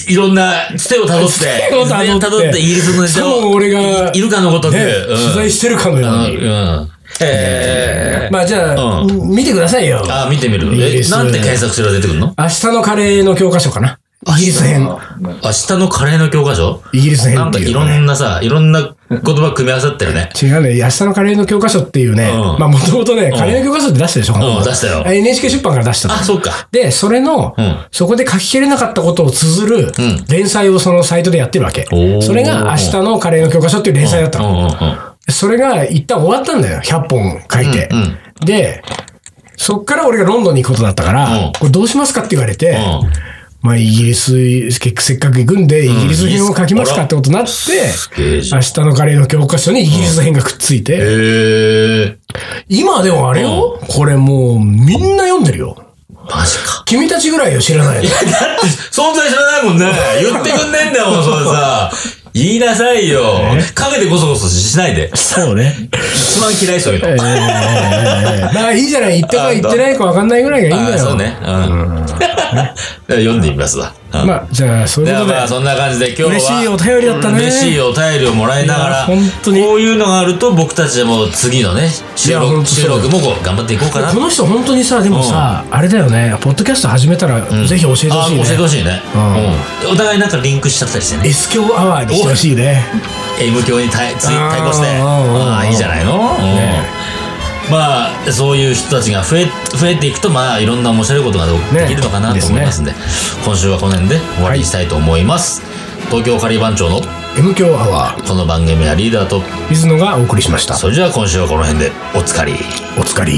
Speaker 2: いろんなつてをたどって、
Speaker 1: つてをたどって
Speaker 2: つてイギリスのネ
Speaker 1: し
Speaker 2: タ
Speaker 1: か
Speaker 2: を
Speaker 1: も俺が
Speaker 2: い、いるかのごとく、
Speaker 1: <laughs> ね、取材してるかの
Speaker 2: う
Speaker 1: よ
Speaker 2: ん。
Speaker 1: うに。
Speaker 2: うん。えー、
Speaker 1: まあじゃあ、
Speaker 2: う
Speaker 1: 見てくださいよ。
Speaker 2: あ、見てみる
Speaker 1: イギ
Speaker 2: え
Speaker 1: リ、ス
Speaker 2: なんて検索すれば出てくるの
Speaker 1: 明日のカレーの教科書かな。イギリス編。
Speaker 2: 明日のカレーの教科書
Speaker 1: イギリス編
Speaker 2: なん
Speaker 1: って
Speaker 2: か
Speaker 1: い
Speaker 2: いう
Speaker 1: の
Speaker 2: ろ
Speaker 1: ね。
Speaker 2: んなさ、いろんな言葉組み合わさって
Speaker 1: <laughs>
Speaker 2: るね。
Speaker 1: 違うね。明日のカレーの教科書っていうね。
Speaker 2: うん
Speaker 1: まあもともとね、カレーの教科書って出したでしょ、この
Speaker 2: うん出したよ
Speaker 1: NHK 出版から出したの
Speaker 2: あ、そうか。
Speaker 1: で、それの、
Speaker 2: うん
Speaker 1: そこで書ききれなかったことを綴る
Speaker 2: うん
Speaker 1: 連載をそのサイトでやってるわけ。
Speaker 2: おー
Speaker 1: それが明日のカレーの教科書っていう連載だった
Speaker 2: うん
Speaker 1: の。
Speaker 2: うんうん。
Speaker 1: それが一旦終わったんだよ。100本書いて。
Speaker 2: うんうん
Speaker 1: で、そっから俺がロンドンに行くことだったから、
Speaker 2: うん
Speaker 1: これどうしますかって言われて、
Speaker 2: うん
Speaker 1: まあイギリス、せせっかく行くんで、イギリス編を書きますかってことになって、
Speaker 2: げえじゃ
Speaker 1: 明
Speaker 2: ん
Speaker 1: 日のカレーの教科書にイギリス編がくっついて、
Speaker 2: へえ。
Speaker 1: 今でもあれよ、これもうみんな読んでるよ。
Speaker 2: マジか。
Speaker 1: 君たちぐらいよ、知らないの。
Speaker 2: 存在知らないも
Speaker 1: <laughs>
Speaker 2: んね。言ってくんねえんだよ、それさ。言いなさいよ。陰でこそこそしないで。
Speaker 1: そうね。 <laughs>
Speaker 2: 一番嫌いそういうの。
Speaker 1: まあいいじゃない、言ったか言ってないか分かんないぐらいがいいん
Speaker 2: あ
Speaker 1: だ
Speaker 2: あ、
Speaker 1: よ。
Speaker 2: そうね。うん。 <laughs> 読んでみますわ。うん
Speaker 1: まあ、じゃあ、そうい
Speaker 2: で
Speaker 1: うこ
Speaker 2: は
Speaker 1: とで
Speaker 2: まあ、そんな感じで今日は。
Speaker 1: 嬉しいお便りだったね。
Speaker 2: 嬉しいお便りをもらいながら、
Speaker 1: いや本当に
Speaker 2: こういうのがあると僕たちも次のね、収
Speaker 1: いや本
Speaker 2: 録
Speaker 1: 当そう
Speaker 2: 収録もこう頑張っていこうかな。
Speaker 1: この人本当にさ、でもさ、あれだよね、ポッドキャスト始めたら、ぜひ教えてほしい
Speaker 2: あ教えて
Speaker 1: ね。
Speaker 2: ほしいね、うんお互いなんかリンクしちゃったりしてね。
Speaker 1: S 教アワーにしてほしいね。
Speaker 2: M 教に対つい
Speaker 1: あー
Speaker 2: 対抗して。
Speaker 1: うんうんうん
Speaker 2: ああ、いいじゃないの、うん
Speaker 1: ね
Speaker 2: まあ、そういう人たちが増え、増えていくと、まあ、いろんな面白いことができるのかな
Speaker 1: ね
Speaker 2: と思いますんで、今週はこの辺で終わりにしたいと思います。東京カリバン長の
Speaker 1: M 教アワ
Speaker 2: この番組はリーダーと、
Speaker 1: ー、水野がお送りしました。
Speaker 2: それじゃあ今週はこの辺でおつかり。
Speaker 1: お疲れ。